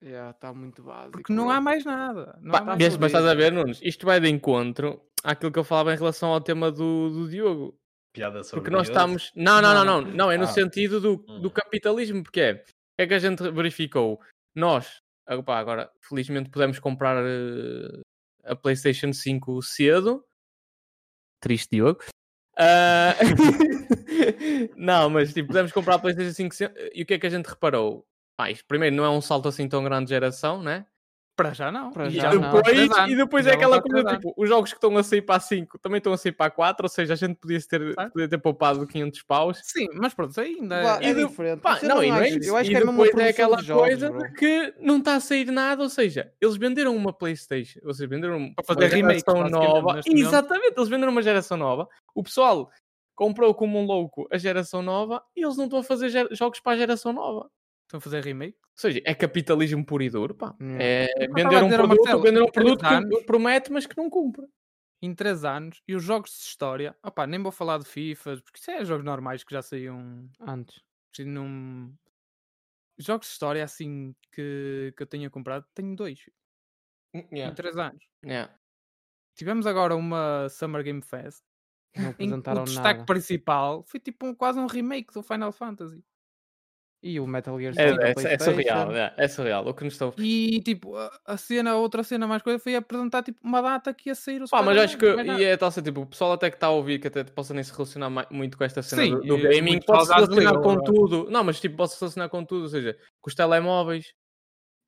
Speaker 3: É.
Speaker 2: Já está tá muito básico.
Speaker 5: Porque não
Speaker 2: bro.
Speaker 5: há mais nada. Não há
Speaker 3: Pá,
Speaker 5: mais
Speaker 3: mas,
Speaker 5: é nada.
Speaker 3: mas estás a ver, Nunes? Isto vai de encontro àquilo que eu falava em relação ao tema do, do Diogo.
Speaker 4: Piada sobre
Speaker 3: Porque nós
Speaker 4: miúdos.
Speaker 3: estamos. Não, não, não,
Speaker 5: Não,
Speaker 3: não. Não, é no
Speaker 4: Ah.
Speaker 3: sentido do, do
Speaker 4: Hum.
Speaker 3: capitalismo, porque é. o que É que a gente verificou. Nós, ah, pá, agora, felizmente, pudemos comprar eh, a PlayStation 5 cedo. Triste, Diogo. Ah, <laughs> não, mas tipo, pudemos comprar a PlayStation 5 cedo. E o que é que a gente reparou? Ah, isto, primeiro, não é um salto assim tão grande de geração, né?
Speaker 5: Para já não.
Speaker 2: Para
Speaker 3: E
Speaker 2: já não. né?
Speaker 3: depois,
Speaker 5: Três anos.
Speaker 3: e depois
Speaker 5: Já
Speaker 3: é
Speaker 5: vão
Speaker 3: aquela
Speaker 2: tá
Speaker 5: para três
Speaker 3: coisa, tipo, os jogos que estão a sair para a 5 também estão a sair para a 4, ou seja, a gente podia ter,
Speaker 5: Claro.
Speaker 3: podia ter poupado 500 paus.
Speaker 5: Sim, mas pronto, ainda.
Speaker 2: Pá,
Speaker 3: E
Speaker 2: é
Speaker 3: de-
Speaker 2: diferente.
Speaker 3: Pá,
Speaker 2: Mas eu
Speaker 3: não, e não é
Speaker 2: acho-
Speaker 3: isso.
Speaker 2: Eu acho
Speaker 3: e
Speaker 2: que era mesmo uma
Speaker 3: depois é
Speaker 2: produção de
Speaker 3: aquela
Speaker 2: jogos,
Speaker 3: coisa
Speaker 2: bro.
Speaker 3: de que não está a sair nada, ou seja, eles venderam uma Playstation, ou seja, venderam um
Speaker 5: Para fazer
Speaker 3: uma
Speaker 5: remake,
Speaker 3: geração
Speaker 5: basicamente,
Speaker 3: nova.
Speaker 5: neste momento.
Speaker 3: Exatamente, eles venderam uma geração nova. O pessoal comprou como um louco a geração nova e eles não estão a fazer ger- jogos para a geração nova.
Speaker 5: Estão a fazer remake.
Speaker 3: Ou seja, é capitalismo puro e duro, pá.
Speaker 2: Yeah.
Speaker 3: É
Speaker 5: estava a
Speaker 3: vender um
Speaker 5: dizer ao
Speaker 3: produto,
Speaker 5: Marcelo,
Speaker 3: vender um
Speaker 5: três
Speaker 3: produto
Speaker 5: anos.
Speaker 3: que promete, mas que não cumpre.
Speaker 5: Em 3 anos. E os jogos de história. Opá, nem vou falar de FIFA, porque isso é jogos normais que já saíam
Speaker 2: Antes.
Speaker 5: assim, num. Jogos de história assim que, que eu tenha comprado, tenho dois em 3 anos.
Speaker 3: Yeah.
Speaker 5: Tivemos agora uma Summer Game Fest
Speaker 2: Não
Speaker 5: em que
Speaker 2: apresentaram
Speaker 5: o destaque
Speaker 2: nada.
Speaker 5: principal foi tipo um- quase um remake do Final Fantasy.
Speaker 2: E o Metal Gear
Speaker 3: É,
Speaker 2: Solid da
Speaker 3: é, é surreal,
Speaker 2: PlayStation.
Speaker 3: é, é surreal. O que nos estão.
Speaker 5: E tipo, a, a cena, a outra cena mais coisa foi apresentar tipo uma data que ia sair o
Speaker 3: Pá, mas
Speaker 5: Spider-Man,
Speaker 3: acho que
Speaker 5: mais
Speaker 3: e
Speaker 5: nada.
Speaker 3: é tal ser, tipo, o pessoal até que está a ouvir, que até possa nem se relacionar mai- muito com esta cena
Speaker 5: Sim,
Speaker 3: do, do
Speaker 5: e é
Speaker 3: gaming,
Speaker 5: muito né?
Speaker 3: pode se
Speaker 5: saudades
Speaker 3: relacionar
Speaker 5: ligam,
Speaker 3: com
Speaker 5: não é?
Speaker 3: tudo. Não, mas tipo, pode se relacionar com tudo, ou seja, com os telemóveis,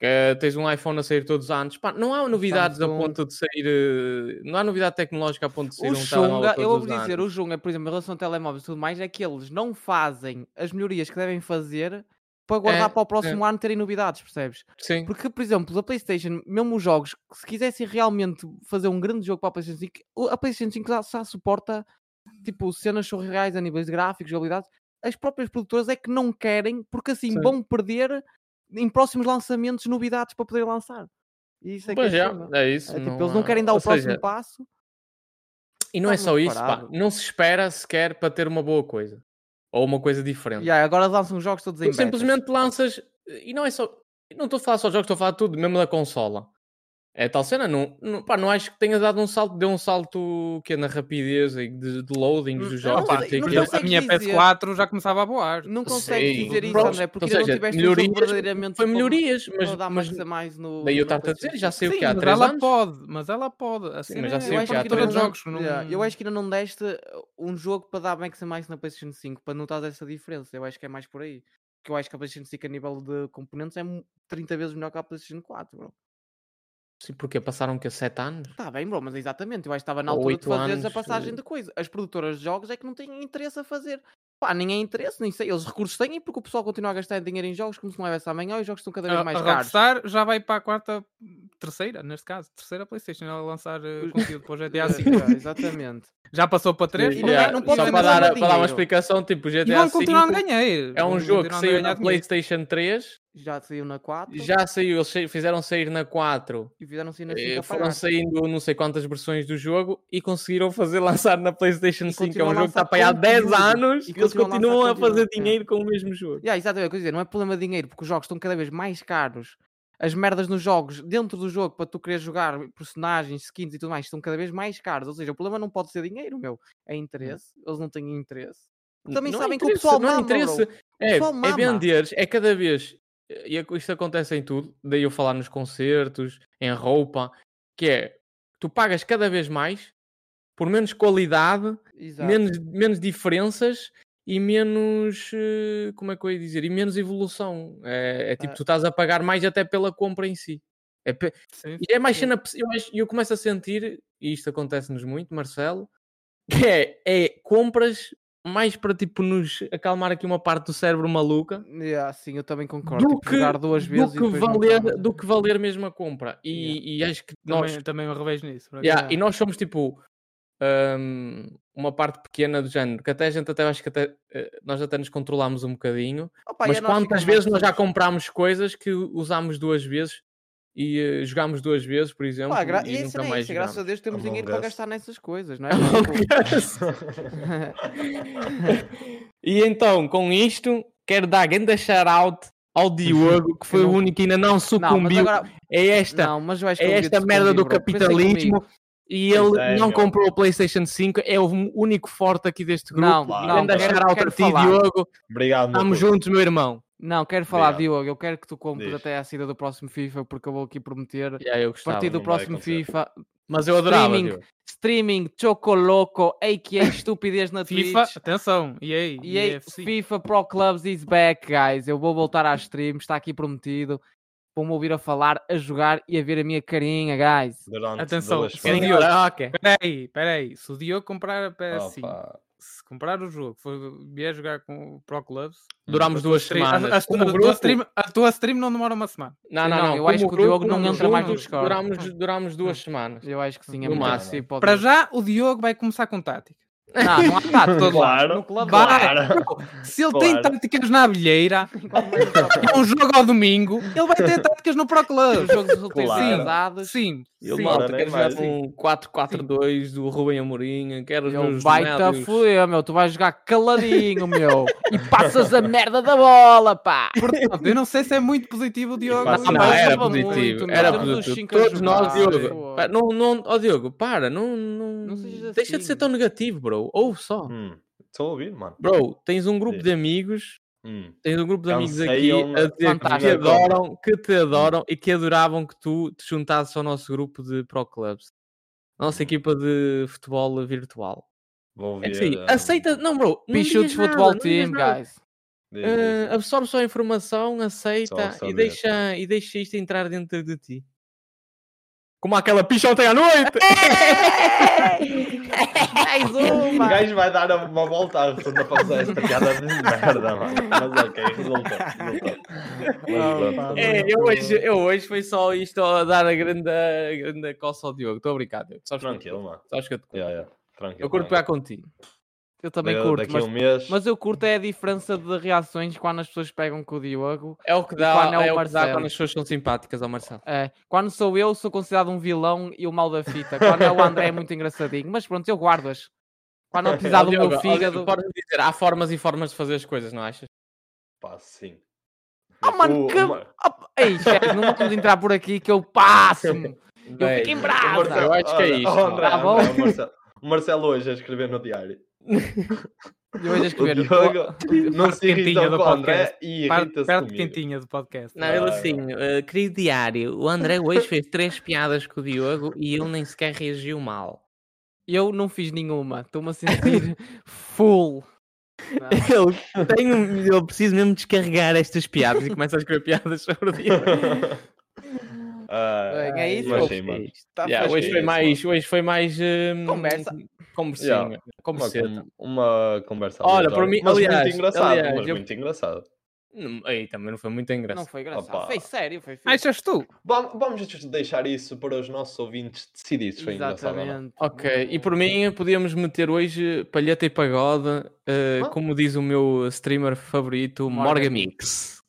Speaker 3: que tens um iPhone a sair todos os anos. Pá, não há novidades a
Speaker 5: Samsung.
Speaker 3: ponto de sair. eh, Não há novidade tecnológica a ponto de sair
Speaker 2: O
Speaker 3: um telemóvel
Speaker 2: Xunga,
Speaker 3: todos
Speaker 2: eu ouvi
Speaker 3: os
Speaker 2: dizer,
Speaker 3: anos.
Speaker 2: o Xunga, por exemplo, em relação a telemóveis e tudo mais, é que eles não fazem as melhorias que devem fazer para guardar
Speaker 3: É,
Speaker 2: para o próximo ano terem novidades, percebes?
Speaker 3: Sim.
Speaker 2: Porque, por exemplo, a PlayStation, mesmo os jogos, que se quisessem realmente fazer um grande jogo para a PlayStation 5, o- a PlayStation 5 já, já suporta tipo cenas surreais a níveis de gráficos, jogabilidade. As próprias produtoras é que não querem, porque assim
Speaker 5: Sim.
Speaker 2: vão perder em próximos lançamentos novidades para poder lançar. E isso é que
Speaker 3: Pois
Speaker 2: é
Speaker 3: já,
Speaker 2: Xunga.
Speaker 3: é isso.
Speaker 2: É, tipo, eles não
Speaker 3: há-
Speaker 2: querem dar
Speaker 3: ou
Speaker 2: o próximo
Speaker 3: seja,
Speaker 2: passo.
Speaker 3: E não é
Speaker 2: Está
Speaker 3: só
Speaker 2: muito
Speaker 3: isso, pá.
Speaker 2: parado.
Speaker 3: Não se espera sequer para ter uma boa coisa. Ou uma coisa diferente.
Speaker 2: E aí, agora lançam os jogos todos em
Speaker 3: Tu
Speaker 2: beta.
Speaker 3: é. simplesmente lanças. E não é só. e Não estou a falar só de jogos, estou a falar de tudo, mesmo da consola. É tal cena, não, não, pá, não acho que tenha dado um salto, deu um salto que é na rapidez e de, de loading
Speaker 2: Hum,
Speaker 3: dos
Speaker 2: eu não
Speaker 3: jogos.
Speaker 2: sei,
Speaker 3: sei
Speaker 2: não
Speaker 3: quê.
Speaker 2: sei
Speaker 5: Eu-
Speaker 2: se
Speaker 5: a minha
Speaker 2: consegues dizer-
Speaker 5: PS4 já começava a voar.
Speaker 2: Não consegues
Speaker 3: Sim.
Speaker 2: dizer isso,
Speaker 3: Pronto,
Speaker 2: André, porque
Speaker 3: ou
Speaker 2: ainda
Speaker 3: seja,
Speaker 2: não tiveste um
Speaker 3: melhorias-
Speaker 2: jogo verdadeiramente
Speaker 3: Foi
Speaker 2: para-
Speaker 3: melhorias, mas,
Speaker 2: para dar
Speaker 3: mas
Speaker 2: marcha mais no.
Speaker 3: daí
Speaker 2: no
Speaker 3: eu estava a dizer,
Speaker 2: PlayStation.
Speaker 3: já sei o
Speaker 5: Sim,
Speaker 3: que há
Speaker 5: mas
Speaker 3: 3
Speaker 5: ela
Speaker 3: anos.
Speaker 5: pode, mas ela pode. A
Speaker 3: Sim,
Speaker 5: cena
Speaker 3: mas já
Speaker 5: é-
Speaker 3: sei
Speaker 5: eu
Speaker 3: o
Speaker 5: acho
Speaker 3: que há
Speaker 5: que todos os
Speaker 3: três
Speaker 5: jogos.
Speaker 2: não...
Speaker 5: não-
Speaker 2: Yeah, Eu acho que ainda não deste uh, um jogo para dar maximize na PlayStation 5, para notar essa diferença. Eu acho que é mais por aí. Porque eu acho que a PlayStation 5 a nível de componentes é mu- 30 vezes melhor que a PlayStation 4, bro.
Speaker 3: Sim, porque passaram que 7 anos.
Speaker 2: Tá bem, bro, mas exatamente. Eu acho que estava na
Speaker 3: Ou
Speaker 2: altura de
Speaker 3: oito
Speaker 2: fazeres a
Speaker 3: anos,
Speaker 2: passagem
Speaker 3: eh.
Speaker 2: de coisa. As produtoras de jogos é que não têm interesse a fazer. Pá, nem é interesse, nem sei. Eles recursos têm porque o pessoal continua a gastar dinheiro em jogos como se não houvesse amanhã e os jogos estão cada
Speaker 5: A,
Speaker 2: vez
Speaker 5: a
Speaker 2: mais caros.
Speaker 5: Rockstar já vai para a quarta, terceira, neste caso, terceira PlayStation ela lançar eh,
Speaker 2: Pois-
Speaker 5: conteúdo para o GTA
Speaker 2: É,
Speaker 5: V.
Speaker 2: é, exatamente.
Speaker 5: Já passou para três,
Speaker 2: E
Speaker 5: pronto.
Speaker 2: Yeah, não pode
Speaker 3: só
Speaker 2: vender
Speaker 3: para dar,
Speaker 2: nada de
Speaker 3: para dar
Speaker 2: dinheiro.
Speaker 3: uma explicação, tipo
Speaker 5: E
Speaker 3: GTA
Speaker 5: vão continuar a
Speaker 3: V
Speaker 5: ganhar.
Speaker 3: é um
Speaker 5: vão
Speaker 3: jogo que
Speaker 5: continuar a
Speaker 3: saiu
Speaker 5: ganhar
Speaker 3: na
Speaker 5: dinheiro.
Speaker 3: Playstation 3,
Speaker 2: Já saiu na 4
Speaker 3: já saiu, eles sa- fizeram sair na 4
Speaker 2: e fizeram assim na
Speaker 3: Eh,
Speaker 2: 5 a
Speaker 3: foram
Speaker 2: pagar.
Speaker 3: saindo não sei quantas versões do jogo e conseguiram fazer <laughs> lançar na PlayStation 5, que é
Speaker 2: continuam
Speaker 3: um
Speaker 2: a
Speaker 3: jogo que está
Speaker 2: lançar
Speaker 3: para aí há 10
Speaker 2: conteúdo.
Speaker 3: anos
Speaker 2: E
Speaker 3: e eles
Speaker 2: continuam a lançar
Speaker 3: continuam a
Speaker 2: conteúdo,
Speaker 3: fazer
Speaker 2: é.
Speaker 3: dinheiro com o mesmo jogo.
Speaker 2: Yeah, exatamente, é o que eu ia dizer, não é problema de dinheiro, porque os jogos estão cada vez mais caros. As merdas nos jogos, dentro do jogo, para tu querer jogar personagens, skins e tudo mais, estão cada vez mais caros. Ou seja, o problema não pode ser dinheiro, meu.
Speaker 3: Hum.
Speaker 2: É interesse. Eles não têm interesse. Também
Speaker 3: Não
Speaker 2: sabem que o
Speaker 3: interessa,
Speaker 2: pessoal
Speaker 3: não
Speaker 2: mama,
Speaker 3: interessa.
Speaker 2: bro.
Speaker 3: É,
Speaker 2: pessoal
Speaker 3: é
Speaker 2: mama.
Speaker 3: venderes, é cada vez, e é que isto acontece em tudo, daí eu falar nos concertos, em roupa, que é tu pagas cada vez mais por menos qualidade,
Speaker 2: Exato.
Speaker 3: menos, menos diferenças. E menos, eh, como é que eu ia dizer? E menos evolução. É, é tipo,
Speaker 2: Ah.
Speaker 3: tu estás a pagar mais até pela compra em si. É, pe-
Speaker 5: Sim,
Speaker 3: E é mais cena. pes- Eu, acho- eu começo a sentir, e isto acontece-nos muito,
Speaker 2: Hum.
Speaker 3: Marcelo, que é, é compras mais para tipo nos acalmar aqui uma parte do cérebro maluca
Speaker 2: Yeah, sim, eu também concordo.
Speaker 3: do
Speaker 2: Tipo,
Speaker 3: que,
Speaker 2: jogar duas
Speaker 3: do
Speaker 2: vezes e
Speaker 3: que
Speaker 2: depois não
Speaker 3: valer,
Speaker 2: calma.
Speaker 3: do que valer mesmo a compra. E, e acho que nós,
Speaker 5: também, também me revejo nisso. por
Speaker 3: yeah,
Speaker 5: acaso.
Speaker 3: e nós somos tipo hum, uma parte pequena do género, que até a gente até acho que até, eh, nós até nos controlámos um bocadinho.
Speaker 2: Opa,
Speaker 3: Mas
Speaker 2: e a nós
Speaker 3: quantas
Speaker 2: ficamos
Speaker 3: vezes nós já
Speaker 2: malucos?
Speaker 3: comprámos coisas que usámos duas vezes e eh, jogámos duas vezes, por exemplo,
Speaker 2: Pá, gra-
Speaker 3: e,
Speaker 2: e isso
Speaker 3: nunca
Speaker 2: não é
Speaker 3: mais
Speaker 2: isso, graças a
Speaker 3: jogámos.
Speaker 2: Deus temos
Speaker 4: Among
Speaker 2: dinheiro para
Speaker 4: Us.
Speaker 2: gastar nessas coisas,
Speaker 3: <laughs>
Speaker 2: não é? Tipo,
Speaker 3: <laughs> E então, com isto, quero dar grande shout-out
Speaker 2: <laughs>
Speaker 3: ao Diogo, que foi o
Speaker 2: não-
Speaker 3: único que ainda não
Speaker 2: não, mas
Speaker 3: sucumbiu
Speaker 2: agora,
Speaker 3: é esta,
Speaker 2: não, mas eu acho que
Speaker 3: é
Speaker 2: eu ouvi
Speaker 3: esta
Speaker 2: de
Speaker 3: merda do
Speaker 2: sucumbir, bro. Pensei comigo.
Speaker 3: capitalismo. E
Speaker 4: Pois
Speaker 3: ele
Speaker 4: é,
Speaker 3: não
Speaker 4: meu.
Speaker 3: comprou o PlayStation 5, é o único forte aqui deste grupo.
Speaker 2: Não,
Speaker 4: Claro.
Speaker 2: não,
Speaker 3: Grande
Speaker 2: quero,
Speaker 3: shout-out
Speaker 2: quero
Speaker 3: a ti,
Speaker 2: falar.
Speaker 3: Diogo.
Speaker 4: Obrigado, meu
Speaker 3: Estamos
Speaker 4: puto.
Speaker 3: juntos, meu irmão.
Speaker 2: Não, quero falar,
Speaker 4: Obrigado.
Speaker 2: Diogo. Eu quero que tu compres
Speaker 4: Diz.
Speaker 2: até à saída do próximo FIFA, porque eu vou aqui prometer.
Speaker 3: Yeah, eu
Speaker 2: a partir
Speaker 3: gostava.
Speaker 2: do
Speaker 4: não vai
Speaker 2: próximo
Speaker 4: acontecer.
Speaker 2: FIFA,
Speaker 3: Mas eu adorava.
Speaker 2: streaming,
Speaker 3: Diogo.
Speaker 2: streaming Chocoloco, a.k.a. é estupidez na
Speaker 5: FIFA,
Speaker 2: Twitch.
Speaker 5: atenção, e aí?
Speaker 2: E aí, FIFA Pro Clubs is back, guys. Eu vou voltar à stream, está aqui prometido. Vão-me ouvir a falar, a jogar e a ver a minha carinha, guys.
Speaker 4: Durante
Speaker 5: Atenção,
Speaker 4: duas
Speaker 5: sem
Speaker 4: semanas.
Speaker 5: Diogo.
Speaker 3: Caraca.
Speaker 5: Peraí, peraí. Se o Diogo comprar a
Speaker 3: é assim.
Speaker 5: PS5,
Speaker 4: Opa.
Speaker 5: se comprar o jogo, for, vier jogar com o Pro Clubs,
Speaker 3: Durámos duas
Speaker 5: stream- a,
Speaker 3: semanas.
Speaker 5: a- a-
Speaker 3: Como
Speaker 5: a tua
Speaker 3: grupo-
Speaker 5: stream, a tua stream não demora uma semana.
Speaker 3: Não, não,
Speaker 2: Não,
Speaker 3: não.
Speaker 2: eu acho
Speaker 3: Como
Speaker 2: que o Diogo
Speaker 3: grupo,
Speaker 2: não
Speaker 3: como
Speaker 2: entra mais no
Speaker 3: juntos,
Speaker 2: Discord.
Speaker 3: Durámos, durámos duas semanas.
Speaker 2: Eu acho que sim, é
Speaker 3: No
Speaker 2: muito
Speaker 3: máximo.
Speaker 2: possível, pode
Speaker 5: Para
Speaker 2: ver.
Speaker 5: já, o Diogo vai começar com
Speaker 4: <laughs>
Speaker 5: tática.
Speaker 2: Não, não há tato todo lado.
Speaker 4: Claro,
Speaker 2: No club não há.
Speaker 4: claro.
Speaker 5: Se ele tem
Speaker 4: Claro.
Speaker 5: táticas na
Speaker 4: <laughs>
Speaker 5: bilheira,
Speaker 2: Enquanto mais no Pro Clubs.
Speaker 5: é um jogo ao domingo, ele vai ter táticas no Pro
Speaker 2: Os
Speaker 5: Clubs.
Speaker 2: jogos resultam
Speaker 4: Claro.
Speaker 2: pesados.
Speaker 5: Sim,
Speaker 3: Eu,
Speaker 5: sim.
Speaker 3: malta,
Speaker 4: Ora, nem
Speaker 3: quero jogar
Speaker 4: mais.
Speaker 3: um 4-4-2 do Rubem Amorim. Quero os
Speaker 2: Meu
Speaker 3: meus
Speaker 2: baita
Speaker 3: médios.
Speaker 2: fui, meu. Tu vais jogar caladinho, meu. E passas a merda da bola, pá.
Speaker 5: Portanto, eu não sei se é muito positivo o Diogo.
Speaker 4: Passa
Speaker 3: Não,
Speaker 4: Mas
Speaker 2: eu
Speaker 3: Ah, era
Speaker 2: jogava
Speaker 3: positivo,
Speaker 2: muito, meu.
Speaker 3: era
Speaker 2: Temos os
Speaker 3: positivo.
Speaker 2: cinco a
Speaker 3: Todos nós,
Speaker 2: jogar,
Speaker 3: Diogo.
Speaker 2: pô.
Speaker 3: pá, Não, não, ó Diogo, para, não, não,
Speaker 2: Não sejas
Speaker 3: deixa de ser
Speaker 2: assim.
Speaker 3: tão negativo, bro. Ouve só.
Speaker 4: Hum, Estou a ouvir, mano.
Speaker 3: Bro, tens um grupo
Speaker 4: Diz.
Speaker 3: de amigos,
Speaker 4: Hum.
Speaker 3: tens um grupo de amigos aqui
Speaker 4: Canseiam
Speaker 3: a dizer que te
Speaker 2: Fantástico.
Speaker 3: adoram, que te adoram e que adoravam que tu te juntasses ao nosso grupo de Pro Clubs. Nossa equipa de futebol virtual.
Speaker 4: Vou
Speaker 3: É assim,
Speaker 4: ouvir.
Speaker 3: isso aí.
Speaker 4: hum,
Speaker 3: Aceita. Não, bro. não digas
Speaker 2: Pichutos
Speaker 3: nada,
Speaker 2: Futebol
Speaker 3: não digas
Speaker 2: Team,
Speaker 3: nada.
Speaker 2: guys.
Speaker 4: Diz, diz,
Speaker 3: Eh,
Speaker 4: diz.
Speaker 3: absorve só a informação, aceita
Speaker 4: Só
Speaker 3: e
Speaker 4: saber.
Speaker 3: deixa, e deixa isto entrar dentro de ti. Como aquela picha ontem à noite! Mais
Speaker 4: O
Speaker 3: uma!
Speaker 4: gajo vai dar uma volta à rotunda para usar esta piada de merda, mano. Mas ok, resultou. resultou. Mas pronto,
Speaker 3: É, eu hoje, eu hoje foi só isto a dar a grande, a grande coça ao Diogo. Estou obrigado. Diogo. Sabes que eu te
Speaker 4: Tranquilo, mano.
Speaker 3: curto. Sabes que eu te curto.
Speaker 4: Yeah, yeah. Tranquilo.
Speaker 3: Eu curto
Speaker 4: mano.
Speaker 3: pegar contigo.
Speaker 2: Eu também
Speaker 4: Da-
Speaker 2: curto,
Speaker 4: Daqui
Speaker 2: mas,
Speaker 4: a um mês.
Speaker 2: mas eu curto é a diferença de reações quando as pessoas pegam com o Diogo.
Speaker 3: É o que
Speaker 2: Quando é o
Speaker 3: dá, é o que dá
Speaker 2: Marcelo.
Speaker 3: quando as pessoas são simpáticas ao Marcelo.
Speaker 2: É, quando sou eu, sou considerado um vilão e o mal da fita. Quando é o André, é muito engraçadinho. Mas pronto, eu guardo-as. Quando eu
Speaker 3: <laughs>
Speaker 2: precisar
Speaker 3: Ó,
Speaker 2: do
Speaker 3: Diogo,
Speaker 2: meu
Speaker 3: ó,
Speaker 2: fígado.
Speaker 3: Podes dizer, há formas e formas de fazer as coisas, não achas?
Speaker 4: Pá, sim.
Speaker 2: Ah, mano,
Speaker 4: O-
Speaker 2: que-
Speaker 4: uma-
Speaker 2: Ah, Ei, chefe, não vamos entrar por aqui que eu passo-me. Eu
Speaker 3: Bem,
Speaker 2: fico em
Speaker 4: o
Speaker 2: brasa.
Speaker 4: Marcelo-
Speaker 3: Eu acho que é
Speaker 4: olha,
Speaker 3: isto,
Speaker 4: oh, André,
Speaker 2: tá
Speaker 4: André,
Speaker 2: bom?
Speaker 3: <laughs>
Speaker 4: o Marcelo- O Marcelo hoje a escrever
Speaker 2: <laughs>
Speaker 4: no diário.
Speaker 2: E hoje a
Speaker 4: O
Speaker 2: escrever.
Speaker 4: Diogo <laughs> não se
Speaker 5: Parte quentinha
Speaker 4: irrita
Speaker 5: do
Speaker 4: com o André
Speaker 5: podcast.
Speaker 4: e
Speaker 5: Parte,
Speaker 4: irrita-se
Speaker 5: parte
Speaker 4: comigo.
Speaker 5: quentinha do podcast.
Speaker 3: Não, ele
Speaker 4: Ah,
Speaker 3: assim, eh, querido diário, o André hoje fez três piadas com o Diogo e ele nem sequer reagiu mal.
Speaker 2: Eu não fiz nenhuma. Estou-me a sentir <laughs> full.
Speaker 3: Eu, tenho, um, eu preciso mesmo descarregar estas piadas e começa a escrever piadas sobre <laughs> o Diogo.
Speaker 4: Ah,
Speaker 2: Bem, é isso.
Speaker 4: mas
Speaker 2: eu-
Speaker 4: sim, mano.
Speaker 6: Tá
Speaker 3: Yeah,
Speaker 4: faz
Speaker 3: hoje, foi
Speaker 4: isso,
Speaker 3: mais, hoje foi mais. hum,
Speaker 2: Conversa.
Speaker 3: Conversinha.
Speaker 4: Yeah, Uma,
Speaker 3: Converseta.
Speaker 4: con- uma conversa
Speaker 3: Olha,
Speaker 4: aleatória,
Speaker 3: por mim-
Speaker 4: mas
Speaker 3: aliás,
Speaker 4: muito engraçado,
Speaker 3: aliás,
Speaker 4: mas
Speaker 3: eu-
Speaker 4: muito engraçado.
Speaker 3: Não, Aí também não foi muito
Speaker 2: Não
Speaker 3: engraçado.
Speaker 2: foi engraçado.
Speaker 4: Opa.
Speaker 2: Foi sério, foi fixe.
Speaker 5: Achas Ah, tu?
Speaker 4: Vam- Vamos deixar isso para os nossos ouvintes decidir se foi engraçado ou não.
Speaker 2: Exatamente.
Speaker 3: Ok, e por mim podíamos meter hoje palheta e pagode, eh,
Speaker 4: Ah.
Speaker 3: como diz o meu streamer favorito,
Speaker 2: Morgan
Speaker 3: Morgamix.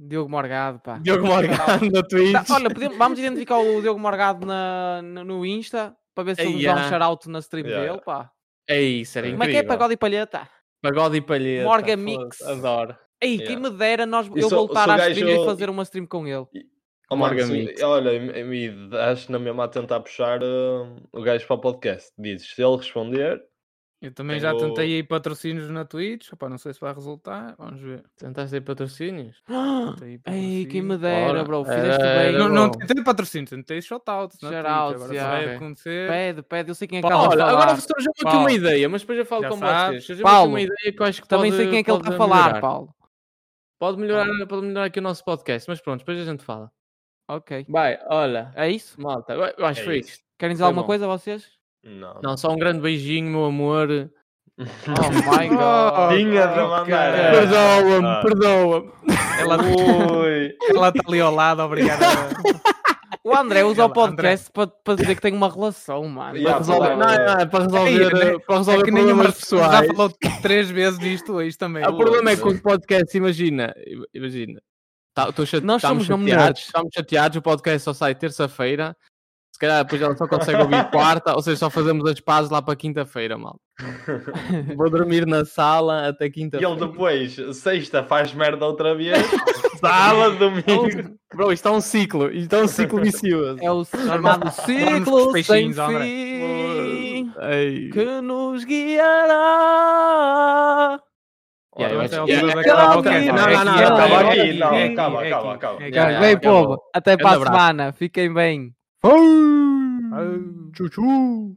Speaker 2: Diogo Morgado, pá.
Speaker 3: Diogo Morgan <laughs> no Twitch.
Speaker 2: Tá, olha, podemos- vamos identificar o Diogo Morgado na, no,
Speaker 5: <laughs>
Speaker 2: no Insta para ver se ele nos dá um
Speaker 3: Eia.
Speaker 2: shout-out na stream
Speaker 4: Yeah.
Speaker 2: dele, pá.
Speaker 3: ah, É isso, era
Speaker 4: Como
Speaker 2: Como é que
Speaker 3: incrível.
Speaker 2: é pagode e palheta?
Speaker 3: Pagode e palheta.
Speaker 2: Morgan
Speaker 3: foda-se,
Speaker 2: Mix.
Speaker 3: Adoro.
Speaker 2: Ei,
Speaker 4: Yeah.
Speaker 2: quem me dera nós,
Speaker 4: E
Speaker 2: eu
Speaker 4: se o-
Speaker 2: voltar
Speaker 4: se o
Speaker 2: às
Speaker 4: gajo-
Speaker 2: vídeos e fazer uma stream com ele.
Speaker 4: Oh, mano,
Speaker 3: Morgan
Speaker 4: se-
Speaker 3: Mix.
Speaker 4: olha, e- e acho na mesma a tentar puxar ah, o gajo para o podcast. Dizes, se ele responder,
Speaker 5: Eu também
Speaker 4: Eu
Speaker 5: já
Speaker 4: vou-
Speaker 5: tentei aí patrocínios na Twitch. Opá, não sei se vai resultar. Vamos ver.
Speaker 3: Tentaste ter patrocínios?
Speaker 5: Tentei aí
Speaker 2: <gasps> Ei, quem me
Speaker 5: patrocínios.
Speaker 2: dera,
Speaker 3: Ora,
Speaker 2: bro. Fizeste
Speaker 3: era-
Speaker 2: bem.
Speaker 5: Não, não
Speaker 3: bom.
Speaker 5: tentei patrocínio, tentei shout-out. na Twitch,
Speaker 2: Shoutouts,
Speaker 5: Agora se
Speaker 2: yeah.
Speaker 5: vai
Speaker 3: Ok.
Speaker 5: acontecer.
Speaker 2: Pede, pede. Eu sei quem é que ela
Speaker 3: Olha,
Speaker 2: vai
Speaker 3: agora
Speaker 2: falar.
Speaker 3: surgiu-me aqui
Speaker 5: Paulo.
Speaker 3: uma ideia, mas depois eu falo
Speaker 5: Já
Speaker 3: com
Speaker 5: sabes.
Speaker 3: vocês. Surgiu-me aqui
Speaker 2: Paulo.
Speaker 3: uma ideia que eu acho que
Speaker 2: Também
Speaker 3: pode-
Speaker 2: sei quem é que ele
Speaker 3: pode
Speaker 2: está a falar,
Speaker 3: melhorar.
Speaker 2: Paulo.
Speaker 3: Pode melhorar, pode melhorar aqui o nosso podcast, mas pronto, depois a gente fala.
Speaker 2: Ok.
Speaker 3: Vai, olha,
Speaker 2: É isso?
Speaker 3: malta, eu- eu acho
Speaker 4: É
Speaker 3: que foi
Speaker 4: isso.
Speaker 3: isto.
Speaker 2: Querem dizer
Speaker 3: Foi
Speaker 2: alguma
Speaker 3: bom.
Speaker 2: coisa
Speaker 3: <laughs>
Speaker 2: vocês?
Speaker 4: não. <laughs>
Speaker 3: Não, só um grande beijinho, meu amor.
Speaker 2: Oh my god.
Speaker 4: Tinha de mandar.
Speaker 2: cara.
Speaker 4: Ah.
Speaker 3: perdoa-me.
Speaker 5: Ela,
Speaker 4: Ui.
Speaker 5: ela está ali ao lado, obrigada.
Speaker 2: O André usa o
Speaker 5: Ela, André.
Speaker 2: podcast para, para dizer que tem uma relação, mano.
Speaker 4: Yeah,
Speaker 2: Para resolver-
Speaker 4: claro.
Speaker 3: Não, não, é para resolver,
Speaker 5: Ei,
Speaker 3: eh, para resolver
Speaker 5: É que nem o
Speaker 3: problemas
Speaker 5: Marcelo já
Speaker 3: pessoais.
Speaker 5: falou três vezes disto hoje também.
Speaker 3: O problema é que o podcast, imagina, im- imagina. Tá, tô chate-
Speaker 2: Nós
Speaker 3: estamos
Speaker 2: somos mesmo
Speaker 3: chateados,
Speaker 2: nerds.
Speaker 3: estamos chateados, o podcast só sai terça-feira. Se calhar depois ela só consegue ouvir quarta, ou seja, só fazemos as pazes lá para quinta-feira, mal. Vou dormir na sala até
Speaker 4: E
Speaker 3: quinta-feira.
Speaker 4: ele depois, sexta, faz merda outra vez, sábado, domingo.
Speaker 3: Bro, isto é um ciclo, isto é um ciclo vicioso.
Speaker 2: É o chamado
Speaker 5: com os
Speaker 2: ciclo sem
Speaker 5: peixinhos, André.
Speaker 2: fim
Speaker 3: Ei.
Speaker 2: que nos guiará.
Speaker 3: Yeah, eu
Speaker 5: Mas
Speaker 3: acho-
Speaker 5: é o
Speaker 3: yeah,
Speaker 5: Lula
Speaker 2: é
Speaker 5: que acaba
Speaker 2: aquela
Speaker 5: o podcast.
Speaker 2: menina.
Speaker 5: É
Speaker 2: Não, não, não,
Speaker 5: aqui, é
Speaker 2: acaba
Speaker 5: aqui,
Speaker 2: aqui, não,
Speaker 5: é aqui,
Speaker 4: acaba,
Speaker 5: é aqui,
Speaker 4: acaba,
Speaker 5: é
Speaker 4: acaba.
Speaker 5: aqui.
Speaker 3: Yeah,
Speaker 2: Bem,
Speaker 3: yeah,
Speaker 2: povo, até para a
Speaker 3: abraço.
Speaker 2: semana. Fiquem bem.
Speaker 5: Ah,
Speaker 3: Tchau, tchau.